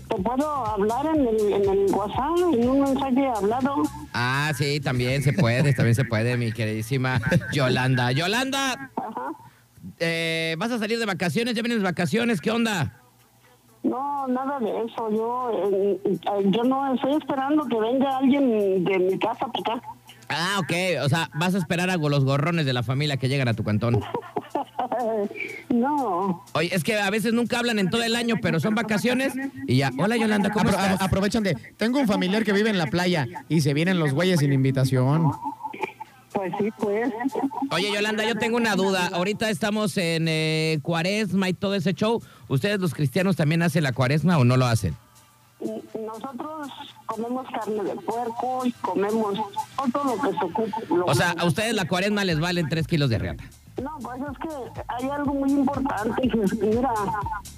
C: Te puedo hablar en el, en el WhatsApp, en un mensaje hablado.
A: Ah, sí, también se puede, también se puede, mi queridísima Yolanda. Yolanda,
C: Ajá.
A: eh, ¿vas a salir de vacaciones? ¿Ya vienen las vacaciones? ¿Qué onda?
C: No, nada de eso. Yo, eh, eh, yo no estoy esperando que venga alguien de mi casa para acá.
A: Ah, ok, o sea, vas a esperar a los gorrones de la familia que llegan a tu cantón.
C: no.
A: Oye, es que a veces nunca hablan en todo el año, pero son vacaciones y ya. Hola Yolanda, ¿cómo
B: Apro-
A: estás?
B: a- aprovechan de. Tengo un familiar que vive en la playa y se vienen los güeyes sin invitación.
C: Pues sí, pues.
A: Oye Yolanda, yo tengo una duda. Ahorita estamos en eh, cuaresma y todo ese show. ¿Ustedes los cristianos también hacen la cuaresma o no lo hacen?
C: Y- y Nosotros comemos carne de puerco y comemos todo lo que se ocupe. lo
A: O sea,
C: que-
A: a ustedes la cuaresma les valen tres kilos de reata.
C: No, pues es que hay algo muy importante que es- mira,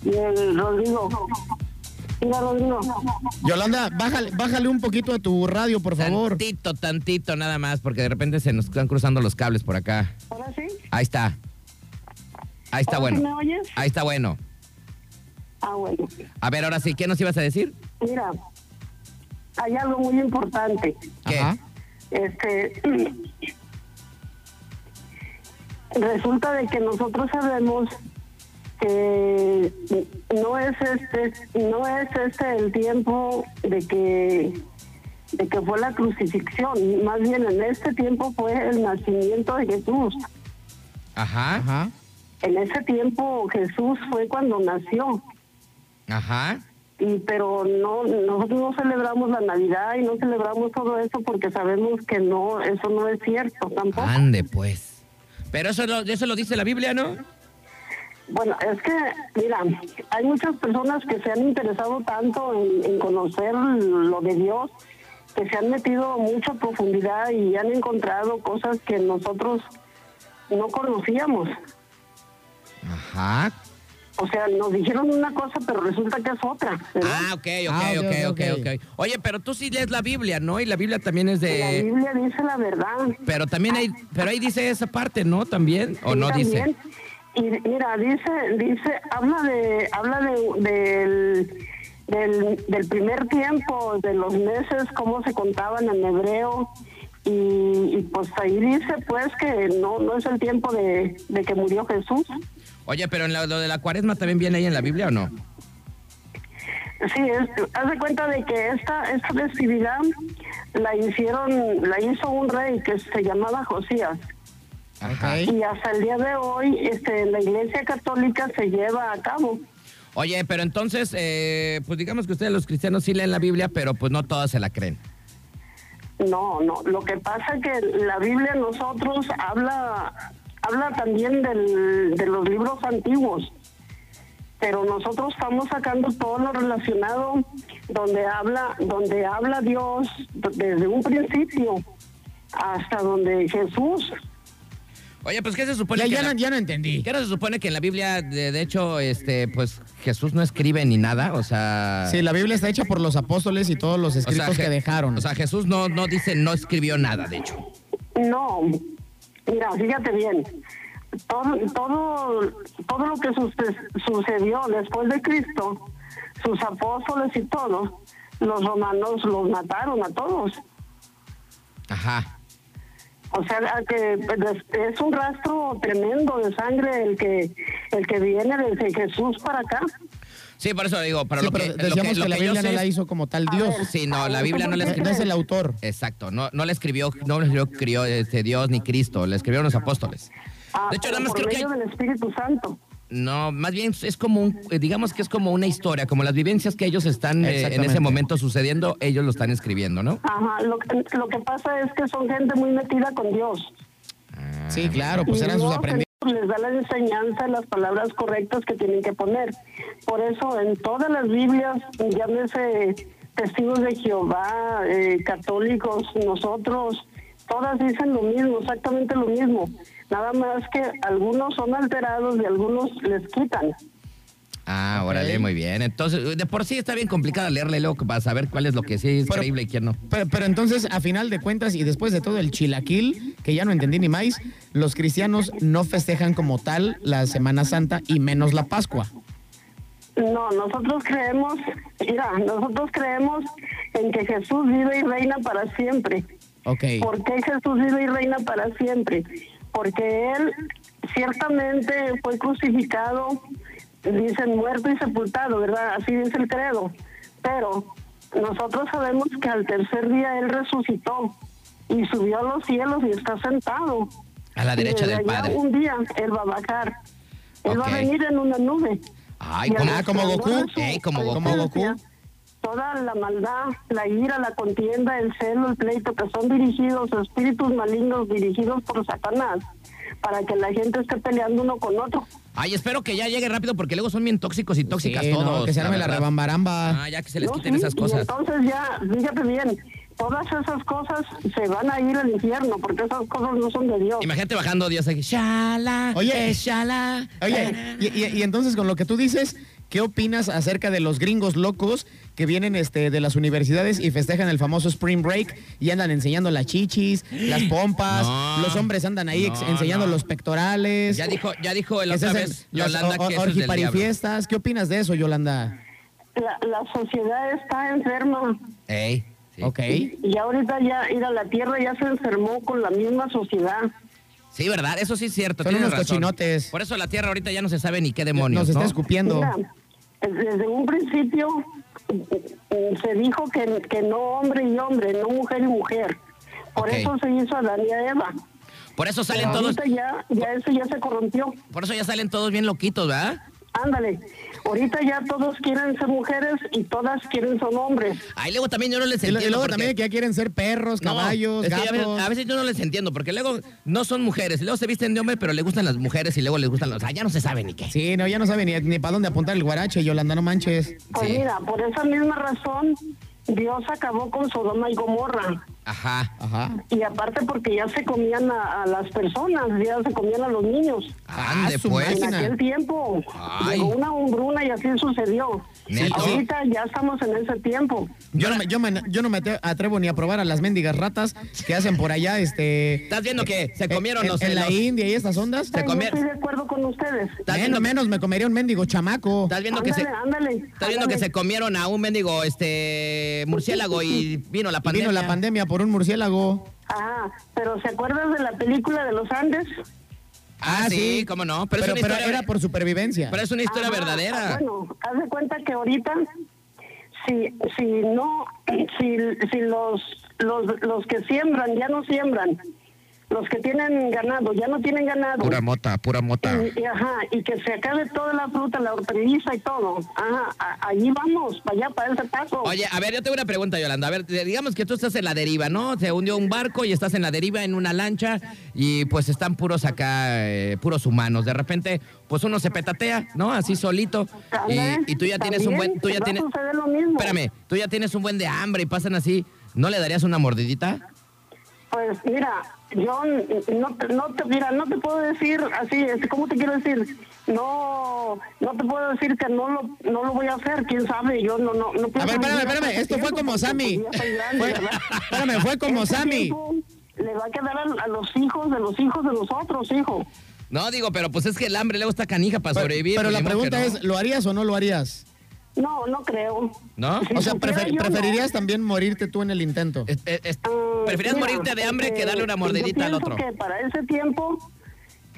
C: el Rodrigo. Mira, Rodrigo.
B: Yolanda, bájale, bájale un poquito a tu radio, por favor.
A: Tantito, tantito nada más, porque de repente se nos están cruzando los cables por acá.
C: ¿Ahora sí?
A: Ahí está. Ahí está
C: ¿Ahora sí me
A: bueno.
C: oyes?
A: Ahí está bueno.
C: Ah, bueno.
A: A ver, ahora sí, ¿qué nos ibas a decir?
C: Mira, hay algo muy importante.
A: ¿Qué?
B: Ajá.
C: Este. Resulta de que nosotros sabemos que no es este no es este el tiempo de que de que fue la crucifixión, más bien en este tiempo fue el nacimiento de Jesús.
A: Ajá.
B: Ajá.
C: En ese tiempo Jesús fue cuando nació.
A: Ajá.
C: y pero no nosotros no celebramos la Navidad y no celebramos todo eso porque sabemos que no eso no es cierto tampoco
A: Ande, pues. Pero eso lo, eso lo dice la Biblia, ¿no?
C: bueno es que mira hay muchas personas que se han interesado tanto en, en conocer lo de Dios que se han metido a mucha profundidad y han encontrado cosas que nosotros no conocíamos
A: Ajá.
C: o sea nos dijeron una cosa pero resulta que es otra ¿verdad?
A: Ah, ok, ok,
B: Ah,
A: ok,
B: ok,
A: ok, ok.
B: ok.
A: Oye, pero tú sí lees la Biblia, ¿no? Y la Biblia también es
C: la
A: de...
C: Biblia dice la verdad
A: Pero también hay... Pero ahí dice esa parte, ¿no? También. ¿O
C: Sí,
A: no dice?
C: también. Y mira, dice, dice, habla de, habla de, del, del, del primer tiempo, de los meses, cómo se contaban en hebreo. Y, y, pues ahí dice pues que no, no es el tiempo de, de que murió Jesús.
A: Oye, pero en la- lo de la cuaresma también viene ahí en la Biblia, ¿o no?
C: Sí, es, haz de cuenta de que esta, esta festividad la hicieron, la hizo un rey que se llamaba Josías.
A: Ajá.
B: Ok.
C: Y hasta el día de hoy, este, la iglesia católica se lleva a cabo.
A: Oye, pero entonces, eh, pues digamos que ustedes los cristianos sí leen la Biblia, pero pues no todas se la creen.
C: No, no. Lo que pasa es que la Biblia en nosotros habla, habla también del- de los libros antiguos. Pero nosotros estamos sacando todo lo relacionado donde habla, donde habla Dios desde un principio hasta donde Jesús.
A: Oye, pues ¿qué se
B: Ya,
A: supone que
B: ya
A: la-
B: no, ya no entendí.
A: ¿Qué no se supone que en la Biblia, de, de hecho, este, pues Jesús no escribe ni nada? O sea.
B: Sí, la Biblia está hecha por los apóstoles y todos los
A: o sea,
B: escritos
A: Je-
B: que dejaron.
A: O sea, Jesús no, no dice, no escribió nada, de hecho.
C: No, mira, fíjate bien. Todo, todo, todo lo que suce- sucedió después de Cristo, sus apóstoles y todo, los romanos los mataron a todos.
A: Ajá.
C: O sea, a que pues, es un rastro tremendo de sangre el que el que viene desde Jesús para acá.
A: Sí, por eso digo, pero
B: Sí,
A: lo que.
B: pero
A: lo
B: decíamos
A: lo
B: que, la
A: yo
B: Biblia no
A: sé
B: la
A: es-
B: hizo como tal
C: A
B: Dios.
C: ver,
A: Sí, no,
C: a
A: la
C: ver,
A: Biblia
C: ¿tú
A: no
C: por
A: la
C: qué
B: No es el
C: crees?
B: autor.
A: Exacto, no, no le escribió, no le escribió crió, este, Dios ni Cristo, le escribieron los apóstoles.
C: Ah,
A: De hecho, nada más
C: por
A: creo que
C: medio
A: hay-
C: del Espíritu Santo.
A: No, más bien es como un, eh, digamos que es como una historia, como las vivencias que ellos están eh, en
B: Exactamente.
A: ese momento sucediendo, ellos lo están escribiendo, ¿no?
C: Ajá, lo, que- lo que pasa es que son gente muy metida con Dios.
A: Ah,
B: Sí, claro, pues
C: Y
B: eran sus
C: Dios,
B: aprendizajes.
C: Señor, Les da la enseñanza, las palabras correctas que tienen que poner. Por eso en todas las Biblias, llámese testigos de Jehová, eh, católicos, nosotros, todas dicen lo mismo, exactamente lo mismo. Nada más que algunos son alterados y algunos les quitan.
A: Ah, órale, muy bien. Entonces, de por sí está bien complicado leerle luego para saber cuál es lo que sí es
B: Pero-
A: creíble y quién no.
B: Pero, pero entonces, a final de cuentas, y después de todo el chilaquil, que ya no entendí ni más, los cristianos no festejan como tal la Semana Santa y menos la Pascua.
C: No, nosotros creemos, mira, nosotros creemos en que Jesús vive y reina para siempre.
B: Ok.
C: ¿Por qué Jesús vive y reina para siempre? Porque Él ciertamente fue crucificado, dicen muerto y sepultado, ¿verdad? Así dice el credo. Pero nosotros sabemos que al tercer día Él resucitó y subió a los cielos y está sentado.
A: A la derecha
C: Y desde
A: del
C: allá
A: Padre.
C: Un día Él va a bajar. Él va
A: Ok.
C: a venir en una nube.
A: Ay,
C: Y al
A: como-
B: ah, como
C: resplandor
B: Goku.
C: de su
A: Ey, como Goku.
B: Como Goku.
C: Toda la maldad, la ira, la contienda, el celo, el pleito, que son dirigidos, espíritus malignos dirigidos por Satanás, para que la gente esté peleando uno con otro.
A: Ay, espero que ya llegue rápido porque luego son bien tóxicos y tóxicas
B: Sí, no,
A: todos.
B: que se arme la
A: verdad.
B: rebambaramba.
A: Ah, ya que se les
C: ¿No?
A: quiten
C: Sí,
A: esas
C: y
A: cosas.
C: entonces ya, fíjate bien, todas esas cosas se van a ir al infierno, porque esas cosas no son de Dios.
A: Imagínate bajando Dios aquí. Shala,
B: Oye.
A: eh, shala.
B: Oye, y, y- y entonces con lo que tú dices, ¿qué opinas acerca de los gringos locos que vienen este, de las universidades y festejan el famoso Spring Break y andan enseñando las chichis, las pompas,
A: No.
B: los hombres andan ahí ex-
A: No,
B: enseñando
A: no.
B: los pectorales?
A: Ya dijo, ya dijo el
B: Que se
A: otra
B: hacen
A: vez
B: las
A: Yolanda
B: o-
A: que
B: o-
A: eso es del diablo.
B: orgiparifestas. ¿Qué opinas de eso, Yolanda?
C: La, la sociedad está enferma.
A: Ey, sí.
B: Ok.
C: Y ahorita ya, ir a la tierra ya se enfermó con la misma sociedad.
A: Sí, ¿verdad? Eso sí es cierto.
B: Son
A: tienes
B: unos
A: razón.
B: cochinotes.
A: Por eso la tierra ahorita ya no se sabe ni qué demonios.
B: Nos está
A: ¿no?
B: escupiendo.
C: Mira, desde un principio eh, se dijo que, que no hombre y hombre, no mujer y mujer. Por
A: Ok.
C: eso se hizo Adán y a Eva.
A: Por eso salen
C: Pero
A: todos,
C: ahorita ya, ya eso ya se corrompió.
A: por eso ya salen todos bien loquitos, ¿verdad?
C: Ándale, ahorita ya todos quieren ser mujeres y todas quieren ser hombres.
A: Ahí luego también yo no les
B: Y, lo-
A: entiendo.
B: y luego
A: porque-
B: también que ya quieren ser perros,
A: No,
B: caballos,
A: es que a, veces,
B: gatos.
A: a veces yo no les entiendo, porque luego no son mujeres, y luego se visten de hombre, pero le gustan las mujeres y luego les gustan los. O sea, ya no se sabe ni qué.
B: Sí, no, ya no saben ni, ni para dónde apuntar el guarache, Yolanda, no manches.
C: Pues
A: Sí.
C: mira, por esa misma razón Dios acabó con Sodoma y Gomorra.
A: Ajá.
B: Ajá.
C: Y aparte porque ya se comían a, a las personas, ya se comían a los niños.
B: Ah,
A: Ande,
B: su
A: pues.
B: Es
C: En
B: una-
C: aquel tiempo
A: Ay.
C: llegó una hombruna y así sucedió.
A: ¿Neto?
C: Ahorita ya estamos en ese tiempo.
B: Yo no, me, yo me- yo no me atre- atrevo ni a probar a las mendigas ratas que hacen por allá, este...
A: ¿Estás viendo que se
B: en-
A: comieron
B: en-
A: los-
B: En, la
A: los-
B: India y estas ondas.
A: Se
C: Ay,
A: comía-
C: No estoy de acuerdo con ustedes.
A: ¿Estás viendo,
B: Menos, menos me comería un mendigo chamaco.
A: estás viendo que
C: ándale,
A: se.
C: ándale.
A: Estás viendo que se comieron a un mendigo este murciélago y vino la pandemia.
B: Vino la pandemia por un murciélago.
C: Ajá, pero ¿se acuerdan de la película de los Andes?
A: Ah, sí, cómo no. Pero,
B: pero,
A: es una
B: pero
A: historia,
B: era por supervivencia.
A: pero es una historia
C: Ajá,
A: verdadera.
C: Ah, Bueno, haz de cuenta que ahorita, si, si no, si, si los, los, los que siembran ya no siembran, los que tienen ganado ya no tienen ganado.
A: mota, pura mota.
C: Y, y, ajá, y que se acabe toda la fruta, la hortaliza y todo. Ajá, a- allí vamos, para allá, para ese paso.
A: Oye, a ver, yo tengo una pregunta, Yolanda. A ver, de- digamos que tú estás en la deriva, ¿no? Se hundió un barco y estás en la deriva en una lancha y pues están puros acá, eh, puros humanos. De repente, pues uno se petatea, ¿no? Así solito.
C: Ándale,
A: Y, y tú ya tienes un buen... Tú ya
C: también
A: tienes,
C: va a suceder lo mismo.
A: espérame, tú ya tienes un buen de hambre y pasan así. ¿No le darías una mordidita?
C: Pues mira, yo no te, no te, mira, no te puedo decir así, este, ¿cómo te quiero decir? No, no te puedo decir que no lo, no lo voy a hacer, quién sabe, yo no, no, no
B: A ver, espérame, espérame, esto fue como Sammy. Fue- espérame, fue como Sammy.
C: Este Le va a quedar a, a los hijos de los hijos de los otros hijos.
A: No, digo, pero pues es que el hambre luego está canija para
B: Pero-
A: sobrevivir.
B: Pero
A: pues,
B: la
A: ni modo que
B: pregunta
A: no.
B: es, ¿lo harías o no lo harías?
C: No, no creo.
A: ¿No?
C: Si
B: O sea,
C: supiera
B: prefer-
C: pues, yo, no.
B: preferirías también morirte tú en el intento.
A: Es- es- es-
C: Ah,
A: ¿Preferías
C: mira,
A: morirte de hambre
C: este,
A: que darle una mordidita al
C: yo
A: otro?
C: pienso que para ese tiempo,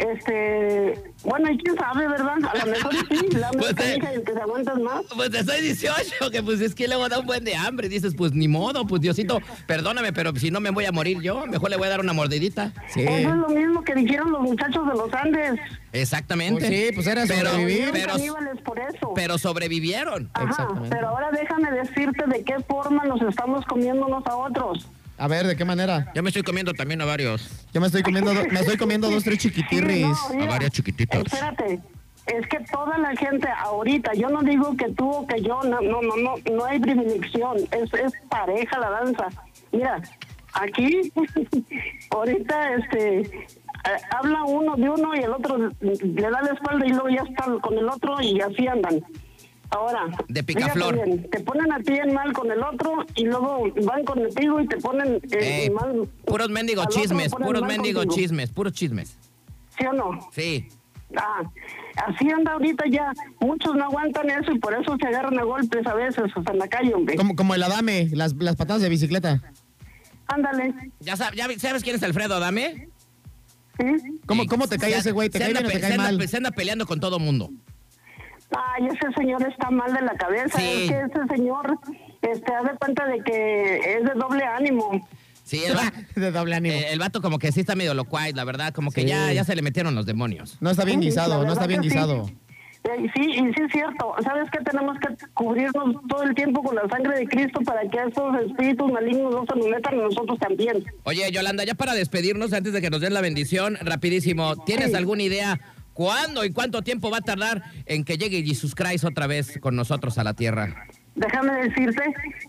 C: este, bueno, y quién sabe, ¿verdad? A lo mejor sí, la hambre
A: Pues, eh.
C: canija y el que se aguantas más.
A: Pues te estoy 18, que pues es que luego da un buen de hambre. Y dices, pues ni modo, pues Diosito, perdóname, pero si no me voy a morir yo, mejor le voy a dar una mordidita.
B: Sí.
C: Eso es lo mismo que dijeron los muchachos de los Andes.
A: Exactamente.
B: Pues sí, pues era
A: pero,
B: sobrevivir.
A: Pero,
C: caníbales por eso.
A: pero sobrevivieron.
C: Ajá,
B: Exactamente.
C: pero ahora déjame decirte de qué forma nos estamos comiendo unos a otros.
B: A ver, ¿de qué manera?
A: Yo me estoy comiendo también a varios.
B: Yo me estoy comiendo, do- me estoy comiendo dos, tres
C: Sí,
B: chiquitirris.
C: no, mira,
A: A varios chiquititos.
C: Espérate. Es que toda la gente ahorita, yo no digo que tú o que yo, no, no, no, no, no hay privilegiación, es, es pareja la danza. Mira, aquí, ahorita, este, eh, habla uno de uno y el otro le da la espalda y luego ya están con el otro y así andan. Ahora,
A: De
C: fíjate
A: picaflor.
C: bien, te ponen a ti en mal con el otro y luego van contigo y te ponen eh,
A: Eh,
C: mal.
A: puros mendigos
C: al otro lo
A: chismes,
C: ponen
A: puros
C: mal
A: mendigos
C: contigo.
A: chismes, puros chismes.
C: ¿Sí o no?
A: Sí.
C: Ah, así anda ahorita ya. Muchos no aguantan eso y por eso se agarran a golpes a veces hasta en la calle, hombre.
B: Como, como el Adame, las, las patadas de bicicleta.
C: Ándale.
A: Ya, sab- ya vi- sabes quién es Alfredo Adame.
C: ¿Sí?
B: ¿Cómo, cómo te cae
A: Se-
B: ese güey? ¿Te
A: se
B: cae
A: anda
B: bien o te
A: pe-
B: cae
A: se anda
B: mal?
A: pe- Se anda peleando con todo mundo.
C: Ay, ese señor está mal de la cabeza.
A: Sí.
C: Es que ese señor este, hace cuenta de que es de doble ánimo.
A: Sí, el, va-
B: De doble ánimo.
A: eh, el vato como que sí está medio locuaz, la verdad, como que
B: Sí.
A: ya, ya se le metieron los demonios.
B: No está bien
C: Sí,
B: guisado,
C: la
B: no está
C: verdad
B: bien
C: que sí.
B: guisado.
C: Eh, Sí, y sí es cierto. ¿Sabes qué? Tenemos que cubrirnos todo el tiempo con la sangre de Cristo para que esos espíritus malignos no se nos metan a nosotros también.
A: Oye, Yolanda, ya para despedirnos, antes de que nos den la bendición, rapidísimo, ¿tienes
C: Sí.
A: alguna idea cuándo y cuánto tiempo va a tardar en que llegue Jesús Christ otra vez con nosotros a la tierra?
C: Déjame decirte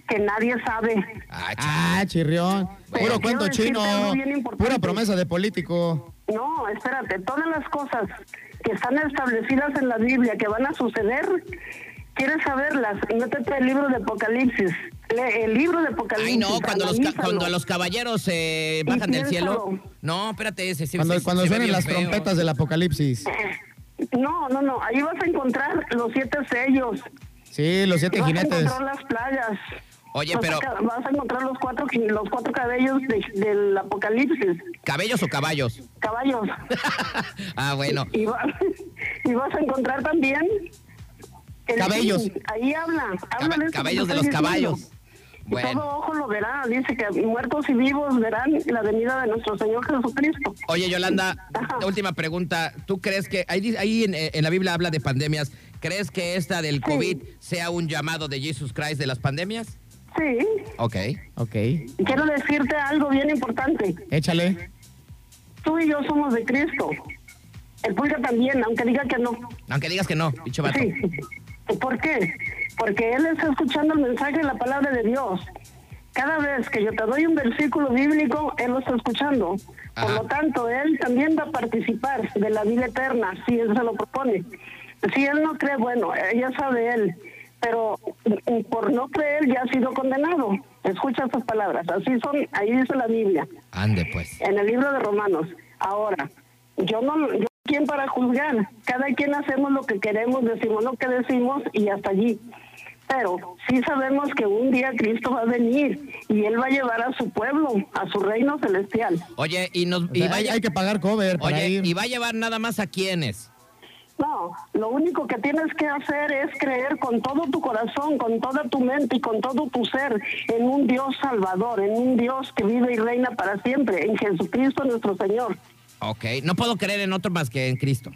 C: que nadie sabe.
A: Ah, ch-
B: Ah, chirrión.
C: Pero
B: Puro cuento
C: quiero decirte
B: chino.
C: algo bien importante.
B: Pura promesa de político.
C: No, espérate, todas las cosas que están establecidas en la Biblia que van a suceder, quieres saberlas, métete el libro de Apocalipsis. Lee el libro de Apocalipsis.
A: Ay, no, cuando los, ca-
C: analízalo.
A: cuando los caballeros eh, bajan del cielo.
C: piénsalo.
A: No, espérate, ese sí-
B: Cuando,
A: sí-
B: cuando
A: se ve
B: suenen
A: bien
B: las
A: feo.
B: trompetas del apocalipsis.
C: No, no, no, ahí vas a encontrar los siete sellos.
B: Sí, los siete
C: Vas a
B: jinetes.
C: encontrar las playas.
A: Oye,
C: vas
A: pero-
C: A, ca- vas a encontrar los cuatro, jin- los cuatro cabellos de- del Apocalipsis,
A: ¿Cabellos o caballos?
C: caballos.
A: ah, bueno.
C: Y, va- y vas a encontrar también... el-
B: Cabellos.
C: Ahí habla. habla
A: Caba-
C: de eso que
A: cabellos
C: te
A: de los
C: estoy diciendo.
A: caballos. Bueno.
C: Todo ojo lo verá, dice que muertos y vivos verán la venida de nuestro Señor Jesucristo.
A: Oye, Yolanda,
C: Ajá.
A: última pregunta. ¿Tú crees que, ahí, di- ahí en, eh, en la Biblia habla de pandemias, ¿crees que esta del COVID sea un llamado de Jesus Christ de las pandemias?
C: Sí,
A: Ok.
B: Ok.
C: quiero decirte algo bien importante.
B: Échale.
C: Tú y yo somos de Cristo. El pulga también, aunque diga que no.
A: Aunque digas que no, dicho vato.
C: Sí. ¿Por qué? Porque él está escuchando el mensaje de la palabra de Dios. Cada vez que yo te doy un versículo bíblico, él lo está escuchando. Por
A: Ajá.
C: lo tanto, él también va a participar de la vida eterna, si él se lo propone. Si él no cree, bueno, eh, ya sabe él. Pero mm, mm, por no creer ya ha sido condenado. Escucha estas palabras. Así son, ahí dice la Biblia
A: Ande, pues.
C: en el libro de Romanos. Ahora, yo no, yo quién para juzgar. Cada quien hacemos lo que queremos, decimos lo que decimos y hasta allí. Pero sí sabemos que un día Cristo va a venir y él va a llevar a su pueblo, a su reino celestial.
A: Oye, y nos
B: O
A: y
B: sea,
A: va a
B: hay,
A: lle-
B: hay que pagar cover para
A: oye,
B: ir.
A: y va a llevar nada más a quienes.
C: No, lo único que tienes que hacer es creer con todo tu corazón, con toda tu mente y con todo tu ser en un Dios salvador, en un Dios que vive y reina para siempre, en Jesucristo nuestro Señor.
A: Ok, no puedo creer en otro más que en Cristo.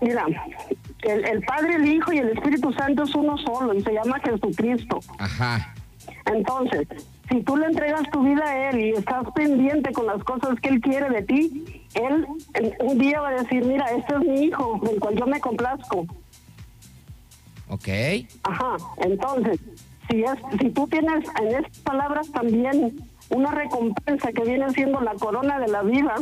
C: Mira, el, el Padre, el Hijo y el Espíritu Santo es uno solo y se llama Jesucristo.
A: Ajá.
C: Entonces, si tú le entregas tu vida a Él y estás pendiente con las cosas que Él quiere de ti, Él eh, un día va a decir, mira, este es mi Hijo, del cual yo me complazco.
A: Ok.
C: Ajá, entonces, si, es, si tú tienes en estas palabras también una recompensa que viene siendo la corona de la vida.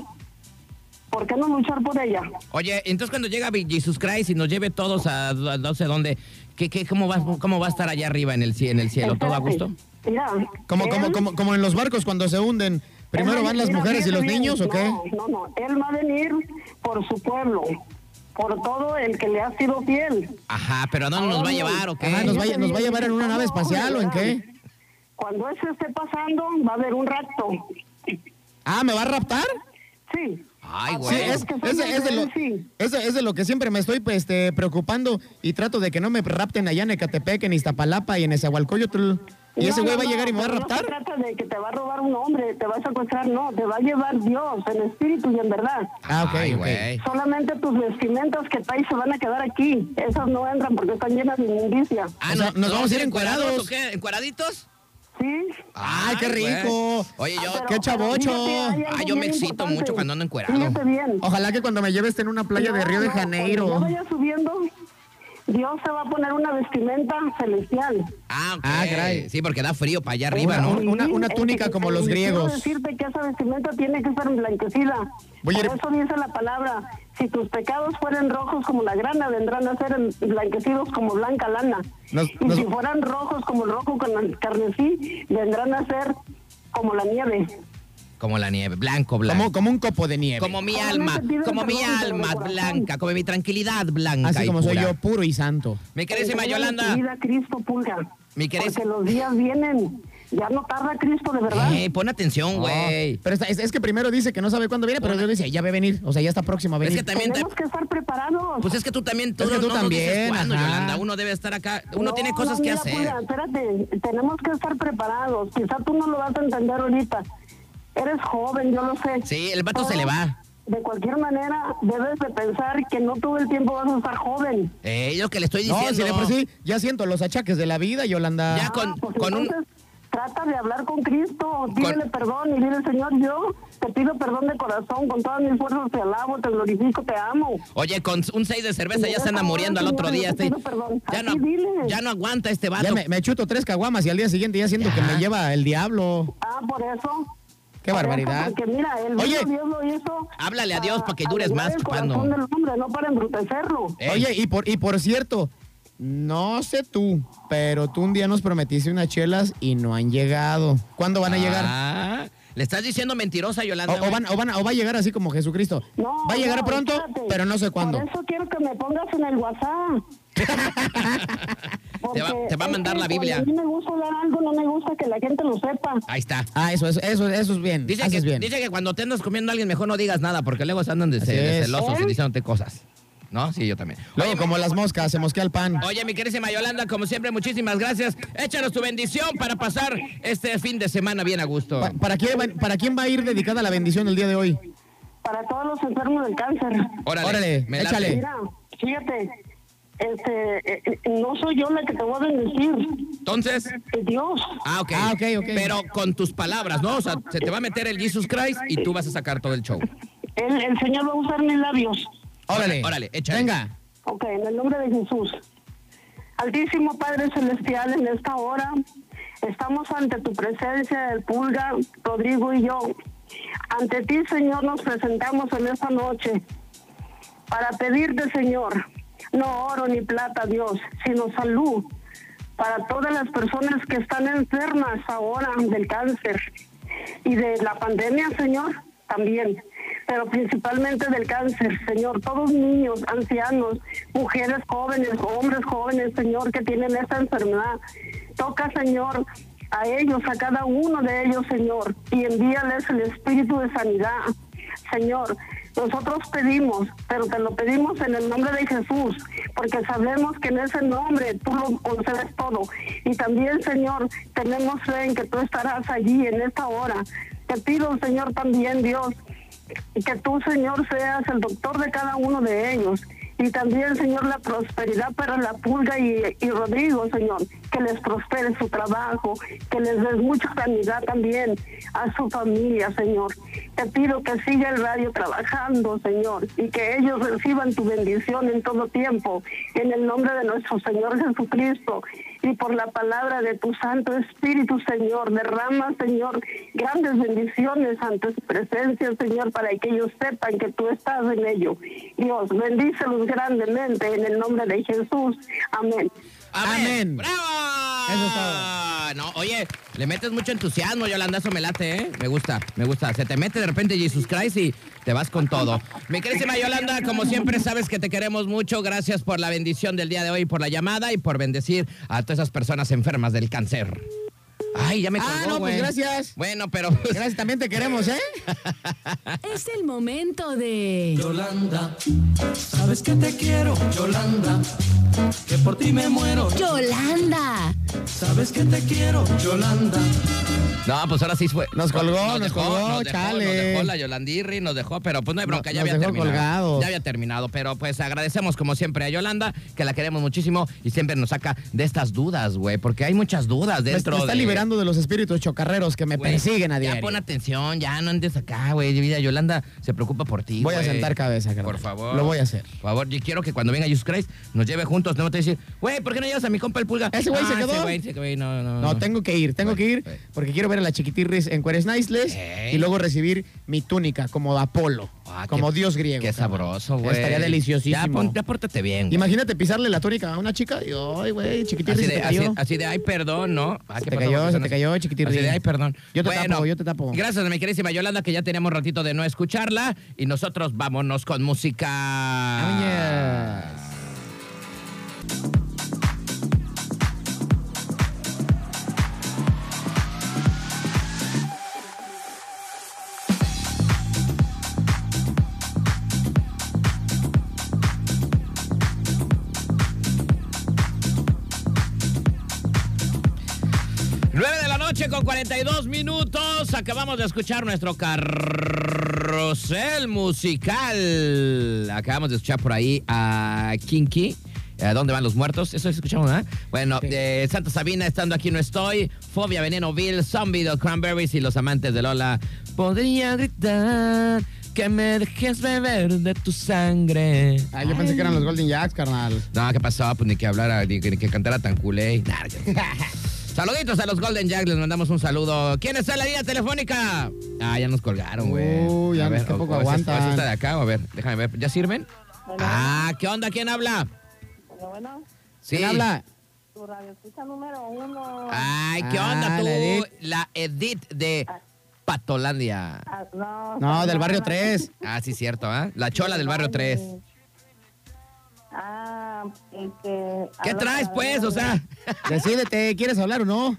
C: ¿Por qué no luchar por ella?
A: Oye, entonces cuando llega Jesus Christ y nos lleve todos a, a no sé dónde, ¿qué, qué, cómo, va, ¿cómo va a estar allá arriba en el, cie- en el cielo? ¿Todo a
C: Espérate.
A: gusto?
C: Mira,
B: Como,
C: él-
B: como, como, como en los barcos cuando se hunden. Primero
C: él va a
B: van las
C: venir a
B: mujeres y
C: ver
B: los
C: bien.
B: niños, ¿o qué?
C: No, no, no. Él va a venir por su pueblo, por todo el que le ha sido fiel.
A: Ajá, pero ¿a dónde nos va a llevar o qué?
B: Ah, nos va, a- nos va a llevar en una nave espacial o en qué?
C: Cuando eso esté pasando, va a haber un rapto.
B: Ah, ¿me va a raptar?
C: Sí.
A: Ay,
B: Sí,
A: güey.
B: es,
C: que
B: es-
C: soy
B: es de lo,
C: sí.
B: es- es de lo que siempre me estoy pues, este, preocupando y trato de que no me rapten allá en Ecatepec, en Iztapalapa y en Ezahualcoyotl. ¿Y ese
C: No,
B: güey
C: no,
B: va a
C: no,
B: llegar y me va a
C: pero No se
B: raptar?
C: trata de que te va a robar un hombre, te va a secuestrar, no, te va a llevar Dios, en espíritu y en verdad.
B: Ah, ok,
A: Ay,
B: ok.
A: güey.
C: Solamente tus vestimentas que traes se van a quedar aquí. Esas no entran porque están llenas de inmundicia.
A: Ah,
B: O sea,
A: ¿no-
B: nos vamos a ir encuerados.
A: o qué? ¿Encueraditos?
C: ¿Sí?
B: Ay, qué
A: güey.
B: rico.
A: Oye, yo...
C: Ah, pero-
B: qué chabocho.
C: pero fíjate, hay algo
A: Ah, yo me
C: bien
A: excito
C: importante.
A: mucho cuando ando encuerado.
C: Fíjate bien.
B: Ojalá que cuando me lleves esté en una playa de
C: No,
B: Río de
C: no,
B: Janeiro.
C: Cuando yo vaya subiendo, Dios se va a poner una vestimenta celestial.
A: Ah, ok.
B: Ah, caray.
A: Sí, porque da frío para allá arriba,
C: Una-
A: ¿no?
B: un- una- una
C: sí,
B: túnica
C: es que-
B: como
C: es que
B: los
C: quiero
B: griegos.
C: decirte que esa vestimenta tiene que estar emblanquecida.
B: Voy a ir-
C: Por eso dice la palabra, si tus pecados fueran rojos como la grana, vendrán a ser emblanquecidos como blanca lana.
B: Nos-
C: y
B: nos-
C: si fueran rojos como el rojo con el carmesí, vendrán a ser como la nieve.
A: Como la nieve, blanco, blanco.
B: Como, como un copo de nieve.
A: Como mi
C: Solamente
A: alma,
C: pide
A: como mi
C: perdón, pero de
A: alma
C: corazón.
A: blanca, como mi tranquilidad blanca.
B: Así
A: y
B: como soy
A: pura.
B: yo, puro y santo.
A: Mi queridísima
C: Entrega de
A: Yolanda.
C: tu vida a Cristo pulga.
A: Mi querés-
C: Porque los días vienen. Ya no tarda Cristo, de verdad.
A: Ey, Eh, pon atención, güey.
B: Oh, pero está- es, es que primero dice que no sabe cuándo viene, pero yo dice, ya va a venir. O sea, ya está próximo a
A: Es
B: venir.
A: que también te-
C: Tenemos que estar preparados.
A: Pues es que tú también, tú,
B: Es que
A: no-
B: tú
A: no nos
B: también,
A: dices cuándo,
B: ajá.
A: Yolanda. Uno debe estar acá. Uno
C: No,
A: tiene
C: no,
A: cosas que
C: mira,
A: hacer.
C: Pulga, espérate, tenemos que estar preparados. Quizá tú no lo vas a entender ahorita. Eres joven, yo lo sé.
A: Sí, el vato
C: Pero,
A: se le va.
C: De cualquier manera, debes de pensar que no todo el tiempo vas a estar joven.
A: Eh, es lo que le estoy
B: no,
A: diciendo.
B: si de por sí, ya siento los achaques de la vida, Yolanda.
A: Ya con-
C: pues
A: con un-
C: entonces, Trata de hablar con Cristo, pídele perdón y dile, Señor, yo te pido perdón de corazón, con todas mis fuerzas te alabo, te glorifico, te amo.
A: Oye, con un 6 de cerveza ya
C: Mira,
A: se anda
C: ahora,
A: muriendo al otro
C: señores,
A: día.
C: te
A: este-
C: pido perdón.
A: ya, no,
C: Así diles.
A: ya no aguanta este vato.
B: Ya me, me chuto tres caguamas y al día siguiente ya siento que me lleva el diablo.
C: Ah, por eso.
B: Qué
C: Por eso,
B: barbaridad.
C: Porque mira, el
B: Oye.
C: mismo Dios lo hizo.
A: Háblale a Dios
C: para
A: para que dures
C: alegrar
A: más,
C: el
A: Pando.
C: corazón del hombre, no para embrutecerlo.
A: Ey.
B: Oye, y por, y por cierto, no sé tú, pero tú un día nos prometiste unas chelas y no han llegado. ¿Cuándo van a llegar?
A: Ah, le estás diciendo mentirosa,
B: O,
A: Yolanda.
B: o van, o, van- o va a llegar así como Jesucristo.
C: No,
B: va a llegar
C: no,
B: pronto,
C: espérate.
B: pero no sé cuándo.
C: Por eso quiero que me pongas en el WhatsApp.
A: Te va-
C: Porque
A: te va a
C: es
A: mandar
C: que
A: la Biblia.
C: cuando A mí me gusta dar algo, no me gusta que la gente lo sepa.
A: Ahí está.
B: Ah, eso, eso, eso, eso es bien.
A: Dice que,
B: haces bien.
A: dice que cuando te andas comiendo a alguien, mejor no digas nada, porque luego se andan de,
B: Así
A: de
B: es.
A: celosos
C: ¿Eh?
A: y diciéndote cosas. ¿No? Sí, yo también.
B: Luego,
A: Oye,
B: como las moscas, se mosquea el pan.
A: Oye, mi querísima Yolanda, como siempre, muchísimas gracias. Échanos tu bendición para pasar este fin de semana bien a gusto.
B: Pa- ¿Para quién, va, ¿Para quién va a ir dedicada la bendición el día de hoy?
C: Para todos los enfermos del cáncer.
A: Órale,
B: Órale,
A: me late.
B: échale.
C: Mira, fíjate, este, eh, eh, no soy yo la que te voy a bendecir,
A: Entonces,
C: es Dios.
A: ah ok.
B: Ah, ok, ok.
A: Pero con tus palabras, ¿no? O sea, se te va a meter el Jesus Christ y tú vas a sacar todo el show.
C: El, el Señor va a usar mis labios.
B: Órale.
A: Órale, échale.
B: Venga.
C: Ok, en el nombre de Jesús. Altísimo Padre Celestial, en esta hora estamos ante tu presencia, el Pulga, Rodrigo y yo. Ante ti, Señor, nos presentamos en esta noche para pedirte, Señor, no oro ni plata, Dios, sino salud para todas las personas que están enfermas ahora del cáncer y de la pandemia, Señor, también, pero principalmente del cáncer, Señor. Todos niños, ancianos, mujeres jóvenes, hombres jóvenes, Señor, que tienen esta enfermedad. Toca, Señor, a ellos, a cada uno de ellos, Señor, y envíales el espíritu de sanidad. Señor, nosotros pedimos, pero te lo pedimos en el nombre de Jesús, porque sabemos que en ese nombre tú lo concedes todo. Y también, Señor, tenemos fe en que tú estarás allí en esta hora. Te pido, Señor, también, Dios, que tú, Señor, seas el doctor de cada uno de ellos. Y también, Señor, la prosperidad para la pulga y, y Rodrigo, Señor, que les prospere su trabajo, que les des mucha sanidad también a su familia, Señor. Te pido que siga el radio trabajando, Señor, y que ellos reciban tu bendición en todo tiempo, en el nombre de nuestro Señor Jesucristo. y por la palabra de tu Santo Espíritu, Señor. Derrama, Señor, grandes bendiciones ante tu presencia, Señor, para que ellos sepan que tú estás en ello. Dios, bendícelos grandemente en el nombre de Jesús. Amén.
B: Amén.
A: ¡Bravo!
B: Eso es todo.
A: No, oye, le metes mucho entusiasmo, Yolanda, eso me late, ¿eh? Me gusta, me gusta. Se te mete de repente Jesus Christ y te vas con todo. Mi querísima Yolanda, como siempre, sabes que te queremos mucho. Gracias por la bendición del día de hoy, por la llamada y por bendecir a todas esas personas enfermas del cáncer. Ay, ya me colgó,
B: Ah, no, pues
A: güey.
B: gracias.
A: Bueno, pero... pues,
B: Gracias, también te queremos, ¿eh?
E: Es el momento de
D: Yolanda, sabes que te quiero, Yolanda, que por ti me muero.
E: Yolanda.
D: Sabes que te quiero, Yolanda.
A: No, pues ahora sí fue.
B: Nos colgó, nos
A: dejó,
B: colgó,
A: nos dejó,
B: chale.
A: Nos dejó la Yolandirri, nos dejó, pero pues no hay bronca,
B: No-
A: ya
B: nos
A: había
B: dejó
A: terminado.
B: colgados.
A: Ya había terminado, pero pues agradecemos como siempre a Yolanda, que la queremos muchísimo y siempre nos saca de estas dudas, güey, porque hay muchas dudas
B: Me-
A: dentro
B: me está
A: de-
B: liberando de los espíritus chocarreros que me
A: güey,
B: persiguen a
A: Ya
B: diario.
A: pon atención, ya no andes acá, güey. Mira, Yolanda se preocupa por ti,
B: Voy a
A: güey.
B: sentar cabeza, carnal.
A: Por favor.
B: Lo voy a hacer.
A: Por favor, yo quiero que cuando venga Jesus Christ nos lleve juntos. No te voy a decir, güey, ¿por qué no llevas a mi compa el pulga?
B: ¿Ese güey
A: Ah,
B: se quedó?
A: Ese güey, ese güey, no, no.
B: No, tengo que ir, tengo
A: Bueno,
B: que ir
A: bueno.
B: porque quiero ver a la chiquitirris en Cueres Naisles
A: Ey.
B: y luego recibir mi túnica como Apolo,
A: Ah,
B: como
A: qué-
B: dios griego.
A: Qué
B: carnal.
A: sabroso, güey.
B: Estaría deliciosísimo.
A: Ya, pon- ya pórtate bien. güey.
B: Imagínate pisarle la túnica a una chica y, ay, güey, chiquitirris
A: Así
B: se
A: de,
B: te
A: así,
B: cayó".
A: así de, ay, perdón, ¿no? Ah,
B: Se
A: ¿qué
B: te
A: pasó,
B: cayó,
A: José?
B: se te cayó, chiquitirrín.
A: Así de, ay, perdón.
B: Yo te tapo, yo te tapo.
A: Gracias, mi queridísima Yolanda, que ya teníamos ratito de no escucharla. Y nosotros vámonos con música.
B: Oh, yes.
A: Ah. Nueve de la noche con 42 minutos. Acabamos de escuchar nuestro carrusel musical. Acabamos de escuchar por ahí a Kinky. ¿A dónde van los muertos? Eso escuchamos, ¿verdad? Bueno,
B: Sí.
A: eh, Santa Sabina, estando aquí no estoy. Fobia, Veneno, Bill, Zombie, The Cranberries y los amantes de Lola. Podría gritar que me dejes beber de tu sangre.
B: Ah, yo pensé que eran los Golden Jacks, carnal.
A: No, ¿qué pasó? Pues ni que hablara, ni que, ni que cantara tan culé. Nah, ya. Saluditos a los Golden Jack, les mandamos un saludo. ¿Quién está en la línea telefónica? Ah, ya nos colgaron, güey.
B: Uy, ya
A: A
B: ves que
A: o-
B: poco
A: o es- o es
B: aguantan.
A: esta de acá, o a ver, déjame ver. ¿Ya sirven?
C: Bueno.
A: Ah, ¿qué onda? ¿Quién habla?
C: Bueno, bueno,
A: Sí.
B: ¿Quién habla?
C: tu radio escucha número uno.
A: Ay, ¿qué
B: Ah,
A: onda tú?
B: la
A: La
B: Edith.
A: Edith, de Patolandia.
C: Ah, no,
B: No, del
C: Fernanda.
B: barrio 3.
A: Ah, sí, cierto, ¿ah? La chola del barrio 3.
C: Ah, y que...
A: ¿Qué
C: habla
A: traes,
C: para
A: pues?
C: ver
A: O sea,
B: Decídete, ¿quieres hablar o no?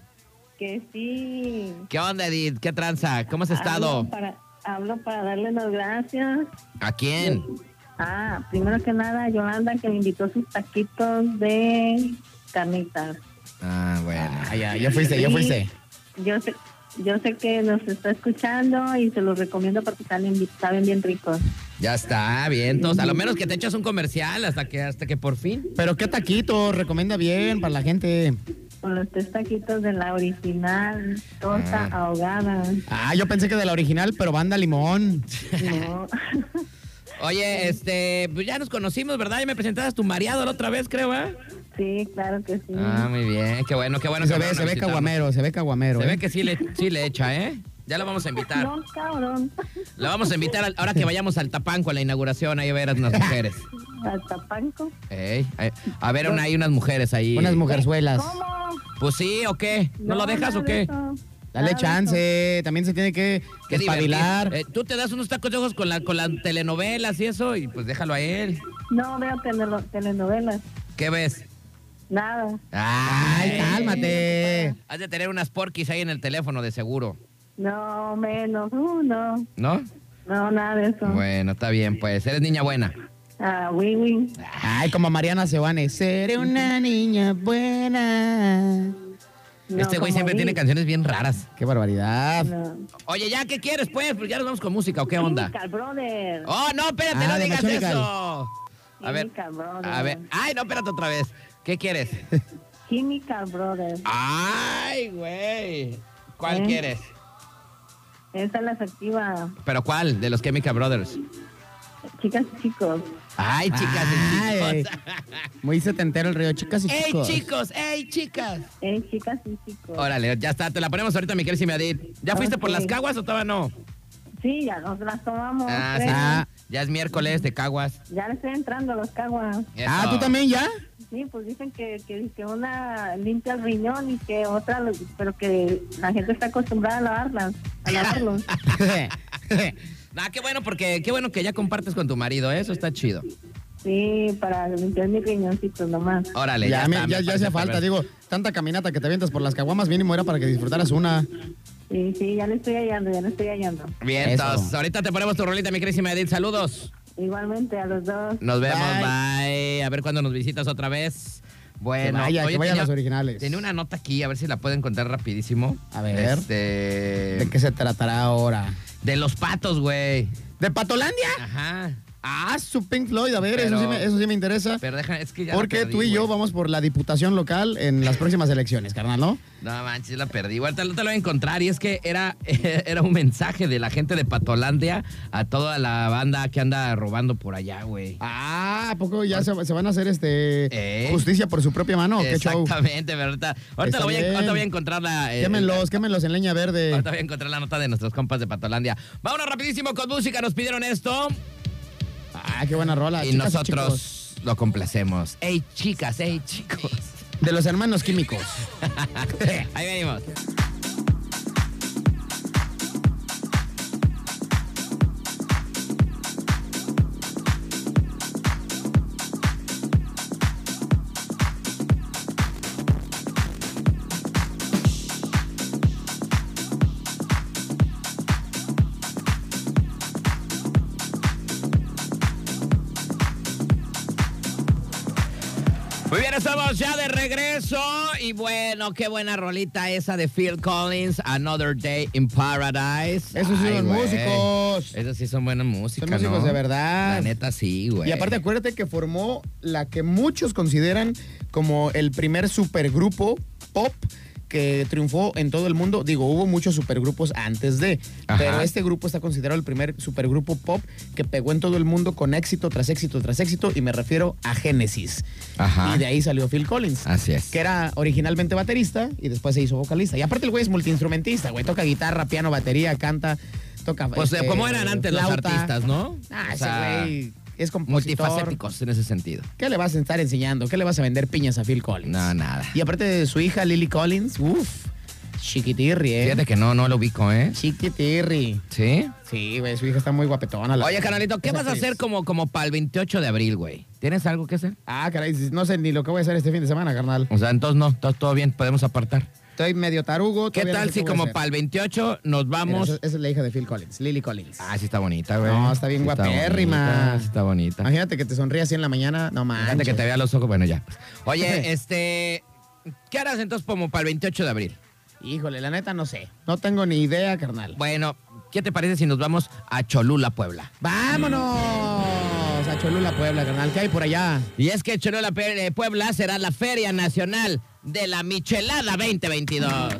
C: Que sí.
A: ¿qué onda, Edith? ¿Qué tranza? ¿Cómo has
C: Hablo
A: estado?
C: para, hablo para darle las gracias.
A: ¿A quién?
C: Ah, primero que nada, a Yolanda que me invitó sus taquitos de carnitas.
A: Ah, bueno.
B: Ah, ya, ya fuiste, ya
C: Sí,
B: fuiste.
C: Yo sé, yo sé que nos está escuchando y se los recomiendo porque saben, bi- saben bien ricos.
A: Ya está, bien. Entonces, a lo menos que te echas un comercial hasta que, hasta que por fin.
B: Pero qué taquito, recomienda bien para la gente.
C: Con los tres taquitos de la original, torta ahogada.
B: Ah, yo pensé que de la original, pero banda limón.
C: No.
A: Oye, este, pues ya nos conocimos, ¿verdad? Ya me presentabas tu mareado la otra vez, creo, ¿ah?
C: sí, claro que sí.
A: Ah, muy bien, qué bueno, qué bueno.
B: se
A: que
B: ve,
A: fueron a
B: se ve
A: visitarnos.
B: caguamero, se ve caguamero.
A: Se
B: ¿eh?
A: ve que sí le, sí le echa, ¿eh? Ya lo vamos a invitar.
C: No, cabrón.
A: La vamos a invitar al- ahora que vayamos al Tapanco a la inauguración, ahí a ver a unas mujeres.
C: Hasta Panco.
A: Ey, a- a ver, una- hay unas mujeres ahí.
B: Unas mujerzuelas.
C: ¿Cómo?
A: Pues sí, ¿o qué? ¿No, lo dejas
C: nada
A: o
C: de
A: qué?
C: eso. Nada
B: Dale
C: de
B: chance, también se tiene que
A: Qué
B: espabilar.
A: divertido. Eh, tú te das unos tacos de ojos con, la, con las telenovelas y eso, y pues déjalo a él.
C: eso. No veo teleno- telenovelas.
A: ¿Qué ves?
C: Nada.
B: Ay,
A: Ay,
B: cálmate.
A: Has de tener unas porquis ahí en el teléfono, de seguro,
C: No, menos uno.
A: ¿no?
C: No, nada de eso.
A: Bueno, está bien, pues. Eres niña buena.
C: Ah, oui, oui.
A: eh.
B: Ay, como Mariana Sebane. Seré una niña buena.
C: No,
A: este güey
C: como
A: siempre
C: oui.
A: tiene canciones bien raras.
B: Qué barbaridad.
C: No.
A: Oye, ¿ya qué quieres, pues? Pues ya nos vamos con música, ¿o qué onda?
C: Chemical Brother.
A: ¡Oh, no, espérate,
B: Ah,
A: no
B: de
A: digas
B: Machonical.
A: eso! A ver,
C: Chemical Brother.
A: a ver. ¡Ay, no, espérate otra vez! ¿Qué quieres?
C: Chemical Brother.
A: ¡Ay, güey! ¿Cuál
C: ¿Eh?
A: quieres?
C: Esa es la activa.
A: ¿Pero cuál? De los Chemical Brothers.
C: chicas y chicos.
A: Ay, chicas y
B: Ay,
A: chicos.
B: Muy setentero el río, chicas y
A: ¡Ey,
B: chicos.
A: chicos! ¡Ey, chicas!
C: Eh, chicas y chicos.
A: Órale, ya está, te la ponemos ahorita, mi querida Adit. ¿Ya fuiste por
C: Ok.
A: las caguas o todavía no?
C: Sí, ya nos las tomamos.
A: Ah, sí.
C: creo.
A: Ya es miércoles de caguas.
C: Ya le estoy entrando a los caguas.
B: Ah,
A: Eso.
B: ¿tú también ya?
C: Sí, pues dicen que, que, que una limpia el riñón y que otra, lo- pero que la gente está acostumbrada a lavarlas, a lavarlos.
A: Ah, qué bueno, porque qué bueno que ya compartes con tu marido, ¿eh? eso está chido.
C: Sí, para limpiar mis riñoncitos nomás.
A: Órale,
B: ya
A: ya,
B: me-
A: está,
B: ya,
A: me
B: ya
A: parece
B: hacía falta,
A: perfecto.
B: digo, tanta caminata que te avientas por las caguamas, mínimo era para que disfrutaras una.
C: Sí, sí, ya le estoy hallando, ya le estoy hallando.
A: Bien,
B: Eso.
A: entonces, ahorita te ponemos tu rolita, mi querísima Edith. Saludos.
C: Igualmente a los dos.
A: Nos vemos, bye.
B: Bye.
A: A ver cuándo nos visitas otra vez. Bueno,
B: Que vaya, que vayan
A: tenía-
B: los originales.
A: Tenía una nota aquí, a ver si la puedo encontrar rapidísimo.
B: A ver.
A: Este,
B: ¿De
A: de,
B: qué se tratará ahora?
A: los patos, güey.
B: ¿De Patolandia?
A: Ajá.
B: Ah, su Pink Floyd, a ver,
A: Pero-
B: eso, sí me, eso sí me interesa.
A: Pero deja, es que ya la
B: Porque
A: perdí,
B: tú y yo
A: güey.
B: vamos por la diputación local en las próximas elecciones, carnal, ¿no?
A: No manches, la perdí. Igual te, lo- te lo voy a encontrar. Y es que era, era un mensaje de la gente de Patolandia a toda la banda que anda robando por allá, güey.
B: Ah, ¿a poco ya se, se van a hacer este
A: Eh.
B: justicia por su propia mano? o ¿Qué show?
A: Exactamente, pero ahorita, ahorita,
B: Está
A: lo voy a,
B: bien.
A: ahorita voy a encontrar la. eh,
B: Quémenlos, quémenlos en leña verde.
A: Ahorita voy a encontrar la nota de nuestros compas de Patolandia. Vámonos rapidísimo con música, nos pidieron esto.
B: Ah, qué buena rola.
A: y
B: chicas chicos.
A: nosotros lo complacemos. ¡Ey, chicas! ¡Ey, chicos!
B: De los hermanos químicos.
A: Ahí venimos. Muy bien, estamos ya de regreso. Y bueno, qué buena rolita esa de Phil Collins, Another Day in Paradise.
B: Esos sí
A: Ay,
B: son
A: güey.
B: músicos.
A: Esos sí son buena música,
B: Son músicos
A: ¿no?
B: de verdad.
A: La neta sí, güey.
B: Y aparte acuérdate que formó la que muchos consideran como el primer supergrupo pop que triunfó en todo el mundo. Digo, hubo muchos supergrupos antes de,
A: Ajá.
B: pero este grupo está considerado el primer supergrupo pop que pegó en todo el mundo con éxito tras éxito tras éxito y me refiero a Genesis.
A: Ajá.
B: Y de ahí salió Phil Collins.
A: Así es.
B: Que era originalmente baterista y después se hizo vocalista. Y aparte el güey es multiinstrumentista, güey. Toca guitarra, piano, batería, canta, toca...
A: Pues
B: este,
A: como eran antes los
B: flauta.
A: artistas, ¿no?
B: Ah,
A: O
B: ese
A: sea,
B: güey es compositor.
A: multifacéticos en ese sentido.
B: ¿Qué le vas a estar enseñando? ¿Qué le vas a vender piñas a Phil Collins?
A: No, nada.
B: Y aparte de su hija Lily Collins, uff, chiquitirri, ¿eh?
A: Fíjate que no, no lo ubico, ¿eh?
B: Chiquitirri.
A: ¿Sí.
B: Sí, güey, su hija está muy guapetona. la-
A: Oye, canalito, ¿qué
B: Esa
A: vas a
B: actriz.
A: hacer como, como para el 28 de abril, güey? ¿Tienes algo que hacer?
B: Ah, caray, no sé ni lo que voy a hacer este fin de semana, carnal.
A: O sea, entonces no, todo, todo bien, podemos apartar.
B: Estoy medio tarugo.
A: ¿Qué
B: todavía no
A: tal
B: sé
A: si
B: qué voy a
A: como
B: hacer.
A: para el 28 nos
B: Mira,
A: vamos?
B: esa, esa es la hija de Phil Collins, Lily Collins.
A: Ah, sí está bonita, güey.
B: No, está bien
A: Sí
B: guapérrima.
A: bonita, sí está bonita.
B: Imagínate que te sonríe así en la mañana. No manches.
A: Fíjate que te vea los ojos, bueno, ya. Oye, este, ¿qué harás entonces como para el 28 de abril?
B: Híjole, la neta no sé. No tengo ni idea, carnal.
A: Bueno, ¿qué te parece si nos vamos a Cholula, Puebla?
B: Vámonos a Cholula, Puebla, carnal. ¿Qué hay por allá?
A: Y es que Cholula Pe- eh, Puebla será la Feria Nacional de la Michelada 2022.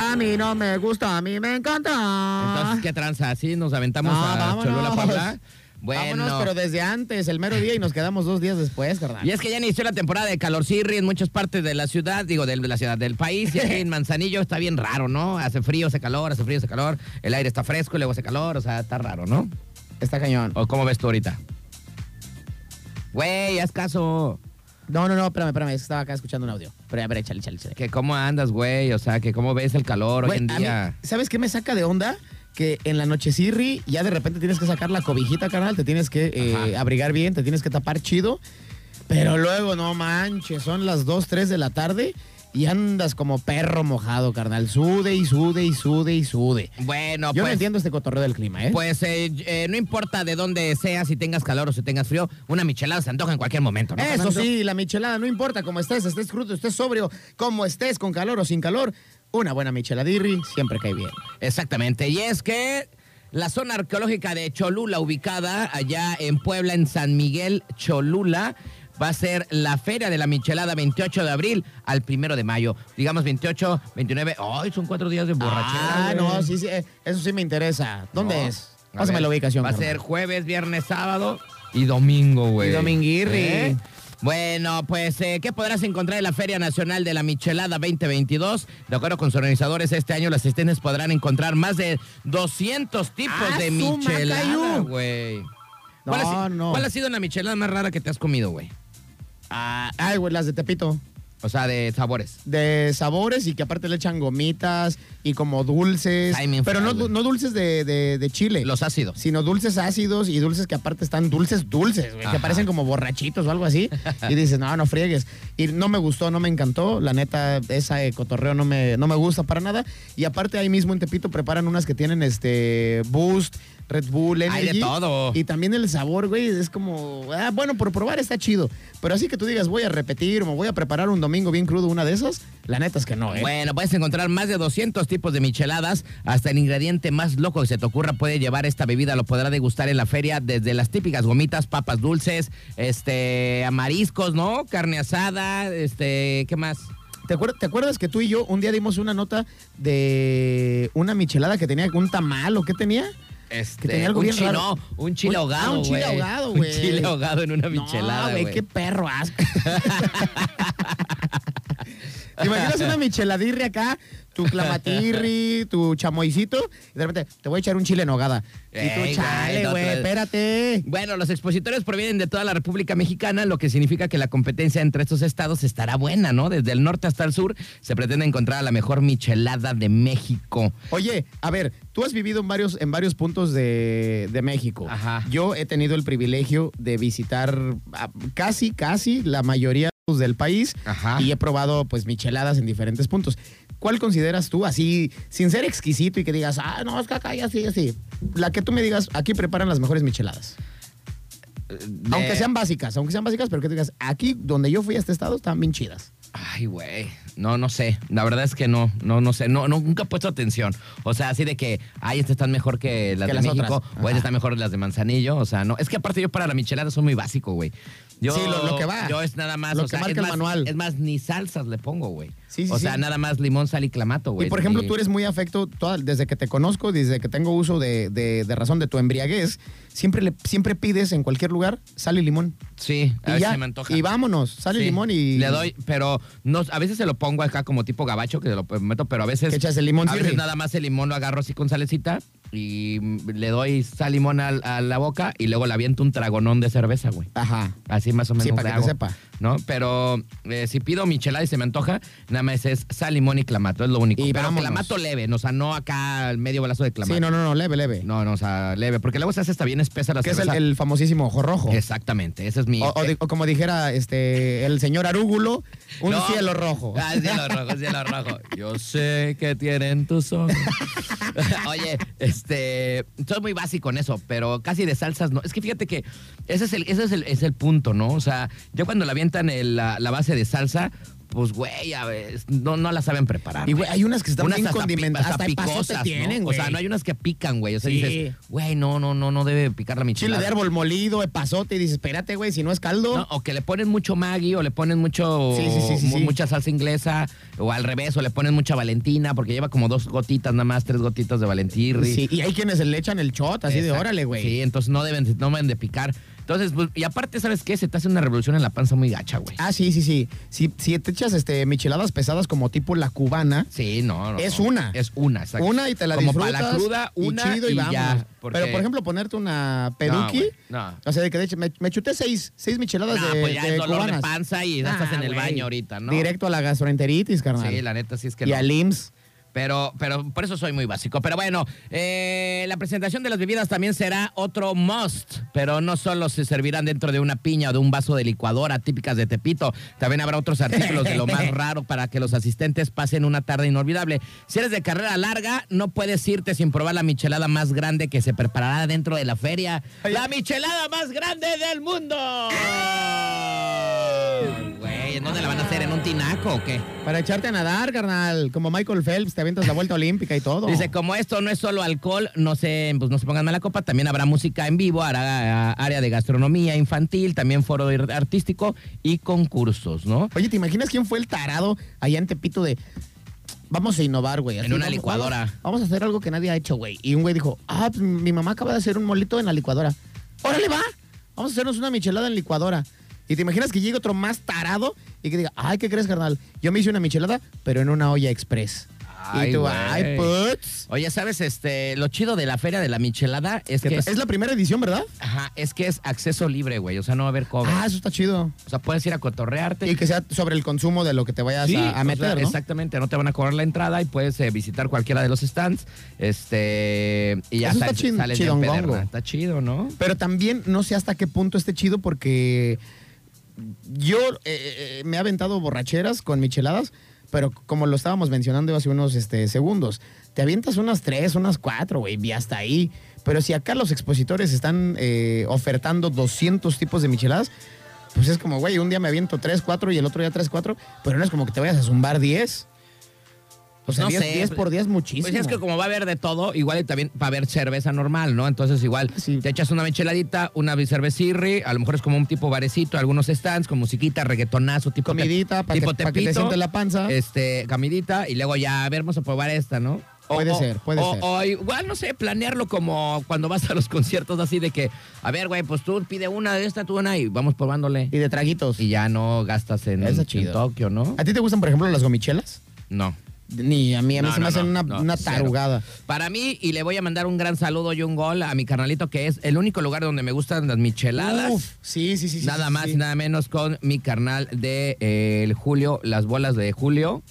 B: A mí no me gusta, a mí me encanta.
A: Entonces, ¿qué tranza? ¿Así nos aventamos
B: Ah. No,
A: a
B: vámonos.
A: Cholula Puebla? Bueno.
B: Vámonos, pero desde antes, el mero día, y nos quedamos dos días después, carnal.
A: Y es que ya inició la temporada de calor en muchas partes de la ciudad, digo, del- de la ciudad del país. Y aquí en Manzanillo está bien raro, ¿no? Hace frío, hace calor, hace frío, hace calor. El aire está fresco y luego hace calor, o sea, está raro, ¿no?
B: Está cañón.
A: ¿O cómo ves tú ahorita? Güey, haz caso.
B: No, no, no, espérame, espérame, es que estaba acá escuchando un audio. Pero a ver, échale, échale, échale.
A: Que cómo andas, güey, o sea, que cómo ves el calor hoy
B: Güey,
A: en
B: a
A: día.
B: mí, ¿Sabes qué me saca de onda? Que en la noche Sirri ya de repente tienes que sacar la cobijita, carnal, te tienes que eh,
A: Ajá.
B: abrigar bien, te tienes que tapar chido. Pero luego, no manches, son las 2, 3 de la tarde y andas como perro mojado, carnal. Sude y sude y sude y sude.
A: Bueno,
B: Yo no
A: pues,
B: entiendo este cotorreo del clima, ¿eh?
A: pues eh, eh, no importa de dónde seas, si tengas calor o si tengas frío, una michelada se antoja en cualquier momento, ¿no?
B: Eso sí, la michelada, no importa cómo estés, estés crudo, estés sobrio, como estés, con calor o sin calor, una buena micheladirri siempre cae bien.
A: Exactamente. Y es que la zona arqueológica de Cholula, ubicada allá en Puebla, en San Miguel, Cholula, va a ser la Feria de la Michelada 28 de abril al 1 de mayo. Digamos 28, 29. ¡Ay, son cuatro días de borrachera!
B: ah,
A: güey!
B: no, sí, sí, eh, eso sí me interesa. ¿Dónde
A: No.
B: es? Pásame
A: ver,
B: la ubicación.
A: Va a
B: carnal.
A: ser jueves, viernes, sábado y domingo, güey.
B: Y dominguirri.
A: ¿Eh? Bueno, pues, eh, ¿qué podrás encontrar en la Feria Nacional de la Michelada 2022? De acuerdo con sus organizadores, este año los asistentes podrán encontrar más de 200 tipos
B: ¡Ah,
A: de
B: su
A: michelada,
B: Macayú!
A: güey.
B: No,
A: ¿Cuál, ha si-
B: no.
A: ¿Cuál ha sido la michelada más rara que te has comido, güey?
B: Ah, ay, güey, las de Tepito.
A: O sea, de sabores.
B: De sabores y que aparte le echan gomitas y como dulces.
A: Ay, me
B: pero no,
A: enfermo, güey.
B: no dulces de, de- de chile.
A: Los ácidos.
B: sino dulces ácidos y dulces que aparte están dulces, dulces, güey, que
A: Ajá.
B: parecen como borrachitos o algo así. Y dices, no, no friegues. Y no me gustó, no me encantó. La neta, esa eh, cotorreo no me, no me gusta para nada. Y aparte ahí mismo en Tepito preparan unas que tienen este Boost, Red Bull,
A: Hay de
B: Energy.
A: todo.
B: Y también el sabor, güey, es como, ah, bueno, por probar está chido. Pero así que tú digas, voy a repetir, me voy a preparar un domingo bien crudo una de esas, la neta es que no, ¿eh?
A: Bueno, puedes encontrar más de 200 tipos de micheladas. Hasta el ingrediente más loco que se te ocurra puede llevar esta bebida. Lo podrá degustar en la feria desde las típicas gomitas, papas dulces, este, a mariscos, ¿no? Carne asada, este, ¿qué más?
B: ¿Te, acuer- te acuerdas que tú y yo un día dimos una nota de una michelada que tenía un tamal o qué tenía?
A: Este,
B: Que tenía algo
A: un
B: bien
A: chino,
B: raro.
A: un chile
B: Un-
A: ahogado,
B: ah, un chile
A: güey.
B: ahogado,
A: Un
B: güey.
A: chile ahogado en una michelada,
B: No,
A: güey.
B: qué perro asco. ¿Te imaginas una micheladirri acá? Tu clamatirri, tu chamoycito, y de repente, te voy a echar un chile en hogada. Y
A: Ey, güey,
B: tú, chale,
A: no
B: güey,
A: te-
B: espérate.
A: Bueno, los expositores provienen de toda la República Mexicana, lo que significa que la competencia entre estos estados estará buena, ¿no? Desde el norte hasta el sur se pretende encontrar a la mejor michelada de México.
B: Oye, a ver, tú has vivido en varios, en varios puntos de, de México.
A: Ajá.
B: Yo he tenido el privilegio de visitar ah, casi, casi la mayoría del país
A: Ajá.
B: y he probado pues micheladas en diferentes puntos. ¿Cuál consideras tú así, sin ser exquisito y que digas, ah, no, es que acá hay así, así? La que tú me digas, aquí preparan las mejores micheladas.
A: Eh, De-
B: Aunque sean básicas, aunque sean básicas, pero que tú digas, aquí donde yo fui a este estado están bien chidas.
A: Ay, güey. No, no sé. La verdad es que no, no, no sé. No, no, nunca he puesto atención. O sea, así de que, ay, estas están mejor que las
B: Que
A: de
B: las
A: México,
B: otras.
A: o estas están mejor que las de Manzanillo. O sea, no. Es que aparte yo para la michelada soy muy básico, güey. Yo,
B: Sí, lo- lo que va.
A: Yo es nada más.
B: Lo
A: o
B: que
A: sea,
B: marca
A: es
B: el
A: más-
B: manual.
A: Es más, ni salsas le pongo, güey.
B: Sí, sí,
A: O sea,
B: sí.
A: nada más limón, sal y clamato, güey.
B: Y por ejemplo,
A: Ni-
B: tú eres muy afecto, toda- desde que te conozco, desde que tengo uso de, de- de razón de tu embriaguez, siempre, le, siempre pides en cualquier lugar sal y limón.
A: Sí, a
B: Y
A: ver
B: ya,
A: si me antoja.
B: y vámonos, sal y
A: Sí.
B: limón y...
A: Le doy, pero no, a veces se lo pongo acá como tipo gabacho, que se lo meto, pero a veces.
B: Que echas el limón,
A: A
B: sí.
A: veces nada más el limón lo agarro así con salecita y mm, le doy sal limón al- a, la boca y luego le aviento un tragonón de cerveza, güey.
B: Ajá.
A: Así más o
B: Sí,
A: menos. le
B: para que te
A: hago,
B: sepa.
A: ¿No? Pero eh, si pido michelada y se me antoja, nada más es sal, limón y clamato, es lo único.
B: Y
A: pero
B: vámonos.
A: clamato leve, no, o sea, no acá el medio balazo de clamato.
B: Sí, no, no, no, leve, leve.
A: No, no, o sea, leve, porque luego se hace está bien espesa la
B: que es el,
A: cerveza.
B: el famosísimo ojo rojo.
A: Exactamente, ese es mi.
B: O, o di- o como dijera este el señor Arúgulo, un
A: No.
B: cielo rojo.
A: Ah, cielo rojo, cielo rojo. Yo sé que tienen tus ojos. Oye, este, soy muy básico en eso, pero casi de salsas no. Es que fíjate que ese es el, ese es el, es el punto, ¿no? O sea, ya cuando le avientan el- la, la base de salsa, pues güey, a ver, no, no la saben preparar.
B: Y, güey, hay unas que están bien
A: hasta pi-
B: condimentadas,
A: hasta
B: hasta epazote
A: picosas,
B: tienen,
A: ¿no? O
B: güey.
A: sea, no hay unas que pican, güey. O sea,
B: Sí.
A: dices, güey, no, no, no, no debe picar la michelada.
B: Chile de árbol molido, epazote, y dices, espérate, güey, si no es caldo.
A: No, o que le ponen mucho Maggi, o le ponen mucho
B: Sí, sí, sí, sí,
A: mu-
B: sí.
A: mucha salsa inglesa, o al revés, o le ponen mucha Valentina, porque lleva como dos gotitas nada más, tres gotitas de Valentirri.
B: Sí, y hay quienes le echan el shot así de
A: Exacto.
B: órale, güey.
A: Sí, entonces no deben, no deben de picar. Entonces, pues, y aparte, ¿sabes qué? Se te hace una revolución en la panza muy gacha, güey.
B: Ah, sí, sí, sí. Si, si te echas este, micheladas pesadas como tipo la cubana,
A: Sí, no, no,
B: Es
A: no.
B: una.
A: Es una, exacto.
B: una y te la
A: Como
B: disfrutas.
A: para la cruda, una y,
B: chido
A: ya,
B: vámonos.
A: porque-
B: Pero, por ejemplo, ponerte una peruqui.
A: güey, no.
B: O sea, de que de hecho me, me chuté seis, seis micheladas
A: No,
B: de,
A: pues ya
B: de
A: es dolor
B: cubanas.
A: de panza y ya
B: Ah,
A: estás en el
B: güey.
A: baño ahorita, ¿no?
B: Directo a la gastroenteritis, carnal.
A: Sí, la neta sí es que
B: y
A: no.
B: al IMSS.
A: Pero, pero por eso soy muy básico. Pero bueno, eh, la presentación de las bebidas también será otro must. Pero no solo se servirán dentro de una piña o de un vaso de licuadora típicas de Tepito. También habrá otros artículos de lo más raro para que los asistentes pasen una tarde inolvidable. Si eres de carrera larga, no puedes irte sin probar la michelada más grande que se preparará dentro de la feria.
B: Ay.
A: ¡La michelada más grande del mundo! Güey, ¿en dónde la van a hacer? ¿En un tinaco o qué?
B: Para echarte a nadar, carnal. Como Michael Phelps, te avientas la vuelta olímpica y todo.
A: Dice, como esto no es solo alcohol, no se, pues no se pongan mala copa, también habrá música en vivo, hará ah, área de gastronomía infantil, también foro ir- artístico y concursos, ¿no?
B: Oye, ¿te imaginas quién fue el tarado allá en Tepito de. vamos a innovar, güey.
A: En
B: Así,
A: una
B: vamos-
A: licuadora.
B: Vamos, vamos a hacer algo que nadie ha hecho, güey. Y un güey dijo, ah, pues, mi mamá acaba de hacer un molito en la licuadora. ¡Órale, va! Vamos a hacernos una michelada en licuadora. Y te imaginas que llegue otro más tarado y que diga, ay, ¿qué crees, carnal? Yo me hice una michelada, pero en una olla express.
A: Ay,
B: y tú,
A: güey.
B: ay, putz.
A: Oye, ¿sabes? Este, lo chido de la Feria de la Michelada es que es,
B: Es la primera edición, ¿verdad?
A: ajá, es que es acceso libre, güey. O sea, no va a haber cobre.
B: Ah, eso está chido.
A: o sea, puedes ir a cotorrearte.
B: Y que sea sobre el consumo de lo que te vayas
A: Sí,
B: a, a
A: o
B: meter,
A: sea,
B: ¿no?
A: Exactamente, no te van a cobrar la entrada y puedes eh, visitar cualquiera de los stands. Este, y ya
B: Eso
A: sales,
B: está chin-
A: sales bien
B: chidongongo.
A: pederna. Está chido, ¿no?
B: Pero también no sé hasta qué punto esté chido porque yo eh, eh, me he aventado borracheras con micheladas, pero como lo estábamos mencionando hace unos este, segundos, te avientas unas tres, unas cuatro, güey, y hasta ahí. Pero si acá los expositores están eh, ofertando 200 tipos de micheladas, pues es como, güey, un día me aviento tres, cuatro y el otro día tres, cuatro, pero no es como que te vayas a zumbar 10. O sea,
A: No
B: 10
A: sé.
B: 10 por 10 muchísimo.
A: Pues es que como va a haber de todo, igual y también va a haber cerveza normal, ¿no? Entonces igual
B: Sí.
A: te echas una micheladita, una cervecirri, a lo mejor es como un tipo barecito, algunos stands con musiquita, reggaetonazo, tipo te-
B: Comidita, pa' que-
A: tipo
B: pa' que te
A: tepito,
B: siente la panza.
A: Este, comidita y luego ya a ver, vamos a probar esta, ¿no?
B: Puede ser, puede
A: o-
B: ser.
A: O igual, no sé, planearlo como cuando vas a los conciertos así de que, a ver, güey, pues tú pide una de esta, tú una y vamos probándole.
B: Y de traguitos.
A: Y ya no gastas en,
B: Eso
A: en
B: chido.
A: Tokio, ¿no?
B: ¿A ti te gustan, por ejemplo, las gomichelas?
A: No.
B: Ni a mí, a mí
A: No,
B: se me
A: no,
B: hacen
A: no,
B: una,
A: no,
B: una
A: cero.
B: tarugada.
A: Para mí, y le voy a mandar un gran saludo y un gol a mi carnalito, que es el único lugar donde me gustan las micheladas.
B: Uf, sí, sí, sí. sí,
A: nada
B: sí,
A: más
B: sí.
A: y nada menos con mi carnal de eh, el Julio, las bolas de Julio.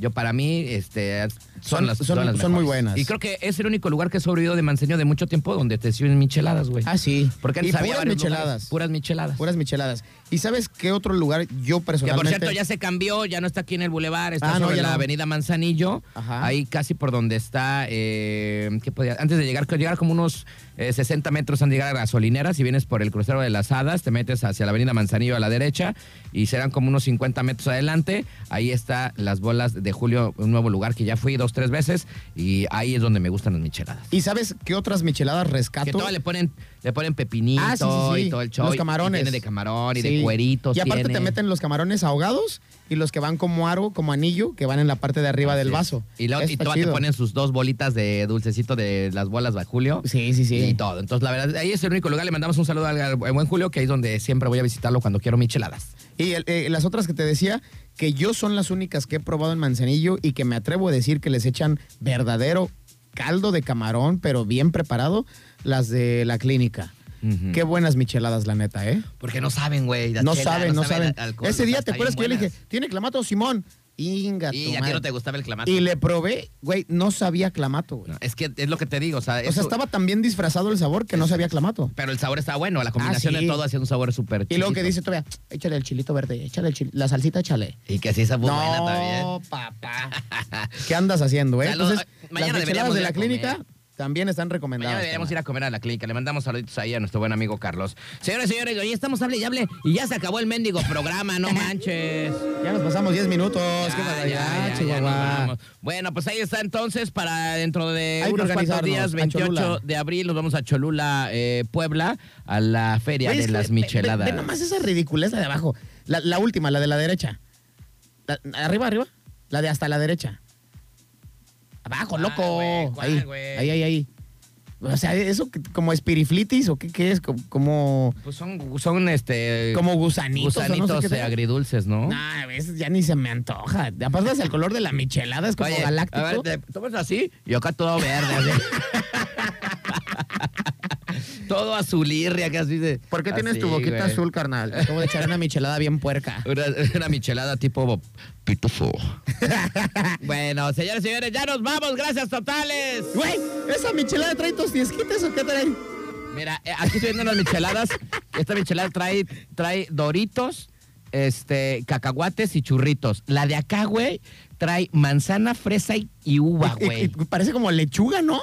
A: Yo para mí, este, son
B: Son-
A: las
B: son-
A: las
B: son muy
A: mejores.
B: buenas.
A: Y creo que es el único lugar que he sobrevivido de Manceño de mucho tiempo donde te sirven micheladas, güey.
B: Ah, sí.
A: Porque
B: y
A: antes había
B: puras
A: varios lugares,
B: micheladas.
A: puras micheladas.
B: Puras micheladas. ¿Y sabes qué otro lugar yo
A: Que por
B: personalmente...
A: cierto ya se cambió, ya no está aquí en el bulevar, está
B: Ah, no,
A: sobre
B: ya
A: la
B: no.
A: avenida Manzanillo,
B: Ajá.
A: ahí casi por donde está, eh, ¿qué podía? antes de llegar, llegar como unos eh, 60 metros antes de llegar a la gasolinera, si vienes por el crucero de las hadas, te metes hacia la avenida Manzanillo a la derecha y serán como unos 50 metros adelante, ahí está las bolas de Julio, un nuevo lugar que ya fui dos, tres veces y ahí es donde me gustan las micheladas.
B: ¿Y sabes qué otras micheladas rescato?
A: Que todas le ponen, le ponen pepinito
B: Ah, sí, sí, sí.
A: y todo el show.
B: Los
A: y-
B: camarones.
A: Y tiene de camarón y
B: Sí.
A: de cueritos.
B: Y aparte te
A: tiene.
B: meten los camarones ahogados y los que van como aro, como anillo, que van en la parte de arriba
A: Así
B: del
A: es.
B: vaso.
A: Y, luego,
B: Eso
A: y
B: está
A: todavía te
B: chido.
A: ponen sus dos bolitas de dulcecito de las bolas de Julio.
B: Sí, sí, sí.
A: Y todo. Entonces, la verdad, ahí es el único lugar. Le mandamos un saludo al, al buen Julio, que ahí es donde siempre voy a visitarlo cuando quiero micheladas.
B: Y el- eh, las otras que te decía, que yo son las únicas que he probado en Manzanillo y que me atrevo a decir que les echan verdadero caldo de camarón, pero bien preparado, las de la clínica.
A: Ujú.
B: Qué buenas micheladas, la neta, ¿eh?
A: Porque no saben, güey. la
B: No
A: chela,
B: saben, no
A: sabe
B: saben.
A: al- alcohol,
B: Ese
A: o sea,
B: día, ¿te
A: está
B: acuerdas que
A: bien
B: yo le dije,
A: buenas.
B: ¿tiene clamato, Simón? Inga, tu
A: Y a ti
B: madre.
A: no te gustaba el clamato.
B: Y le probé, güey, no sabía clamato, güey.
A: No, es que es lo que te digo. O sea,
B: o sea, estaba tan bien disfrazado el sabor que no sabía clamato.
A: Pero el sabor está bueno. La combinación
B: Ah, sí.
A: de todo hacía un sabor súper
B: Y luego que
A: chilito.
B: dice todavía, échale el chilito verde, échale el chil- la salsita, échale.
A: Y que sí, esa muy buena también.
B: No, papá. ¿Qué andas haciendo, eh?
A: Saludos.
B: Entonces,
A: Mañana
B: las micheladas
A: deberíamos
B: de
A: ir
B: la
A: a comer.
B: clínica también están recomendadas.
A: Mañana deberíamos ir a comer a la clínica. Le mandamos saluditos ahí a nuestro buen amigo Carlos. Señores, señores, hoy estamos hable y hable. Y ya se acabó el mendigo programa, no manches.
B: Ya nos pasamos 10 minutos.
A: Ya,
B: Qué
A: ya,
B: barbaridad,
A: ya, ya
B: Chihuahua.
A: nos vamos. Bueno, pues ahí está entonces para dentro de
B: Hay que
A: unos cuantos días,
B: organizarnos, a
A: 28
B: Cholula.
A: de abril, nos vamos a Cholula, eh, Puebla, a la Feria
B: Oye,
A: de
B: es que
A: las
B: ve- ve-
A: Micheladas.
B: Ve, nomás esa ridiculez la de abajo. La, la última, la de la derecha. La- arriba, arriba. La de hasta la derecha. Abajo,
A: ¿Cuál,
B: loco.
A: Ah, güey? ¿Cuál,
B: ahí,
A: güey?
B: ahí, ahí, ahí. O sea, eso que- como espiriflitis o qué, qué es, como, como,
A: Pues son, son este.
B: como gusanitos. o no sé
A: gusanitos
B: qué
A: eh,
B: sea.
A: agridulces, ¿no?
B: No, a veces ya ni se me antoja. Aparte es el color de la michelada, es como
A: Oye,
B: galáctico.
A: a ver, te tomas así y acá todo verde. así. todo azulirria, que así de.
B: ¿Por qué tienes
A: así,
B: tu boquita
A: güey.
B: azul, carnal? Te Acabo de echar una michelada bien puerca.
A: Una, una michelada tipo pitufo. bueno, señores, señores, ya nos vamos. Gracias totales.
B: Güey, ¿esa michelada trae tus diezquites o qué trae?
A: Mira, eh, aquí estoy viendo unas micheladas. Esta michelada trae, trae doritos, este, cacahuates y churritos. La de acá, güey, trae manzana, fresa y, y uva,
B: Y- y-
A: güey.
B: y Parece como lechuga, ¿no?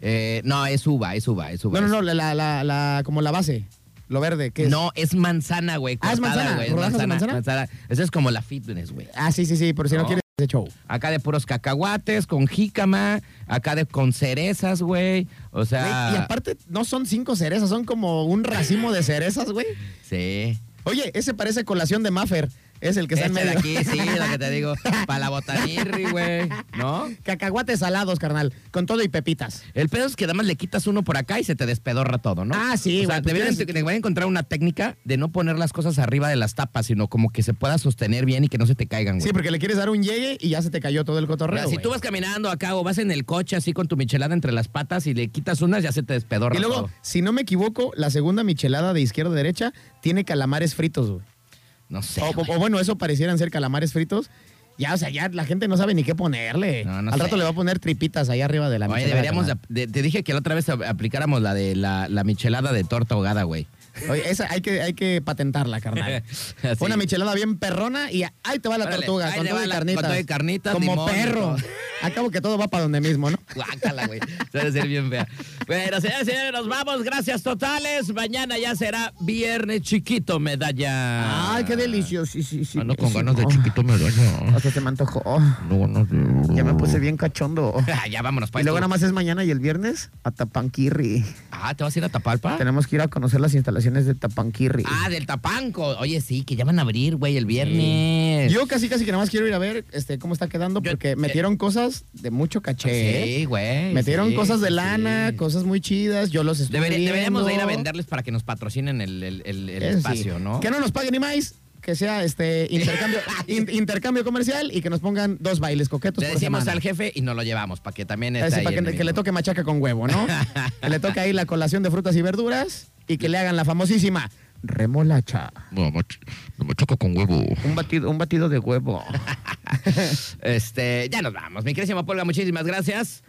A: Eh, no, es uva, es uva, es uva.
B: No, no,
A: es-
B: no, la, la, la, la- como la base, lo verde, ¿qué es?
A: No, es manzana, güey.
B: Ah, es
A: cortada,
B: manzana,
A: güey, es
B: rodajas de
A: manzana,
B: manzana.
A: manzana. Esa es como la fitness, güey.
B: Ah, sí, sí, sí, por si no,
A: No.
B: quieres ese show.
A: Acá de puros cacahuates, con jícama, acá de con cerezas, güey. O sea.
B: Güey, y aparte, no son cinco cerezas, son como un racimo de cerezas, güey.
A: Sí.
B: Oye, ese parece colación de Maffer. Es el que está en
A: Échale
B: medio.
A: aquí, sí, lo que te digo. Para la botanirri, güey. ¿No?
B: Cacahuates salados, carnal. Con todo y pepitas.
A: El pedo es que además le quitas uno por acá y se te despedorra todo, ¿no?
B: Ah, sí,
A: O sea,
B: güey, pues
A: deberían,
B: tienes-
A: deberían encontrar una técnica de no poner las cosas arriba de las tapas, sino como que se pueda sostener bien y que no se te caigan, güey.
B: Sí, porque le quieres dar un llegue y ya se te cayó todo el
A: O
B: cotorreo.
A: sea, si
B: güey.
A: tú vas caminando acá o vas en el coche así con tu michelada entre las patas y le quitas unas, ya se te despedorra
B: Y luego,
A: todo.
B: si no me equivoco, la segunda michelada de izquierda a derecha tiene calamares fritos, güey.
A: No sé,
B: o,
A: güey.
B: o- o bueno, eso parecieran ser calamares fritos. Ya, o sea, ya la gente no sabe ni qué ponerle.
A: No, no
B: Al
A: sé.
B: rato le va a poner tripitas ahí arriba de la
A: Oye,
B: michelada,
A: deberíamos... de-
B: carnal.
A: de- te dije que la otra vez a- aplicáramos la de la, la michelada de torta ahogada, güey.
B: Oye, esa hay que, hay que patentarla, carnal.
A: Así.
B: Una michelada bien perrona y ahí te va la
A: Órale,
B: tortuga,
A: ahí
B: con
A: te
B: todo
A: va
B: y
A: la-
B: carnitas.
A: con todo y carnitas,
B: Como
A: limón y
B: perro.
A: todo.
B: Acabo que todo va para donde mismo, ¿no?
A: Guácala, güey. Se debe ser bien fea. Bueno, señores, señores, nos vamos. Gracias totales. Mañana ya será viernes chiquito, medalla.
B: Ay, qué delicioso. Sí, sí, sí.
A: Ah. Ando
B: sí,
A: con ganas de
B: no.
A: chiquito, medalla.
B: Hasta se me antojó.
A: No, no, no.
B: Ya me puse bien cachondo.
A: Ah, ya vámonos,
B: Y
A: pues.
B: luego
A: tú.
B: nada más es mañana y el viernes a Tapanquirri.
A: Ah, ¿te vas a ir a Tapalpa?
B: Tenemos que ir a conocer las instalaciones de Tapanquirri.
A: Ah, del Tapanco. Oye, sí, que ya van a abrir, güey, el viernes.
B: Yo casi casi que nada más quiero ir a ver este cómo está quedando
A: Yo-
B: porque
A: eh.
B: metieron cosas de mucho caché. ¿eh?
A: Sí, güey.
B: metieron
A: sí,
B: cosas de lana,
A: sí.
B: cosas muy chidas. Yo los estoy
A: Debería- deberíamos de ir a venderles para que nos patrocinen el, el- el- el espacio, ¿no?
B: Eh, Que no nos paguen ni más. Que sea este intercambio, in- intercambio comercial y que nos pongan dos bailes coquetos
A: Le
B: por
A: decimos
B: semana.
A: al jefe y nos lo llevamos para que también
B: Es
A: esté
B: decir,
A: ahí
B: para
A: en
B: que,
A: el
B: que le
A: mismo.
B: toque machaca con huevo, ¿no? que le toque ahí la colación de frutas y verduras y que le hagan la famosísima remolacha.
A: No, mach- no, machaca con huevo.
B: Un batido, un batido de huevo.
A: Este, ya nos vamos. Mi querísima Polga, muchísimas gracias.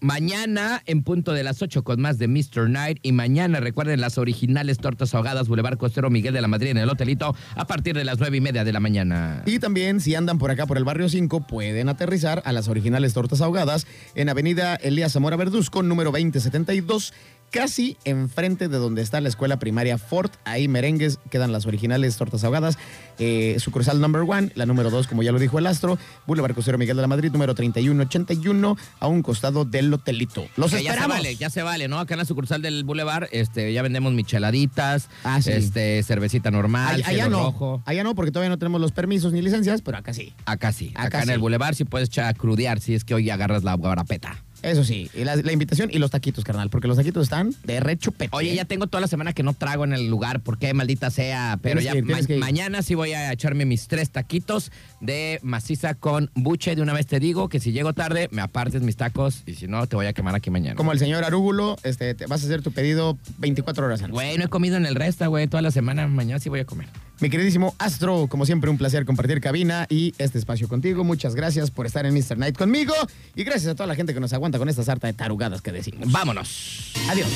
A: Mañana en punto de las 8 con más de Mr. Night. Y mañana recuerden las originales tortas ahogadas, Boulevard Costero Miguel de la Madrid en el Hotelito a partir de las 9 y media de la mañana.
B: Y también, si andan por acá por el barrio 5, pueden aterrizar a las originales tortas ahogadas en Avenida Elías Zamora Verduzco, número 2072, casi enfrente de donde está la escuela primaria Fort. Ahí merengues quedan las originales tortas ahogadas. Eh, sucursal number one, la número 2, como ya lo dijo el astro, Boulevard Costero Miguel de la Madrid, número 3181, a un costado del hotelito. Los
A: Que ya se
B: esperamos.
A: vale, ya se vale, ¿no? Acá en la sucursal del Boulevard este, ya vendemos micheladitas,
B: Ah, sí.
A: este, cervecita
B: Ay-
A: normal,
B: allá
A: cielo
B: no,
A: rojo.
B: allá no, porque todavía no tenemos los permisos ni licencias, pero acá sí.
A: Acá sí, acá,
B: Acá
A: en
B: sí.
A: el Boulevard sí puedes chacrudear si es que hoy agarras la guarapeta.
B: Eso sí, y la, la invitación y los taquitos, carnal, porque los taquitos están de rechupete.
A: Oye, ya tengo toda la semana que no trago en el lugar, ¿por qué maldita sea? Pero
B: Tienes
A: ya
B: que ir,
A: ma-
B: tienes que ir.
A: mañana sí voy a echarme mis tres taquitos de maciza con buche. De una vez te digo que si llego tarde, me apartes mis tacos y si no, te voy a quemar aquí mañana.
B: Como el señor Arúgulo, este, te vas a hacer tu pedido 24 horas antes.
A: Güey, no he comido en el resta, güey, toda la semana. Mañana sí voy a comer.
B: Mi queridísimo Astro, como siempre, un placer compartir cabina y este espacio contigo. Muchas gracias por estar en Mr. Night conmigo y gracias a toda la gente que nos aguanta con esta sarta de tarugadas que decimos.
A: Vámonos.
B: Adiós.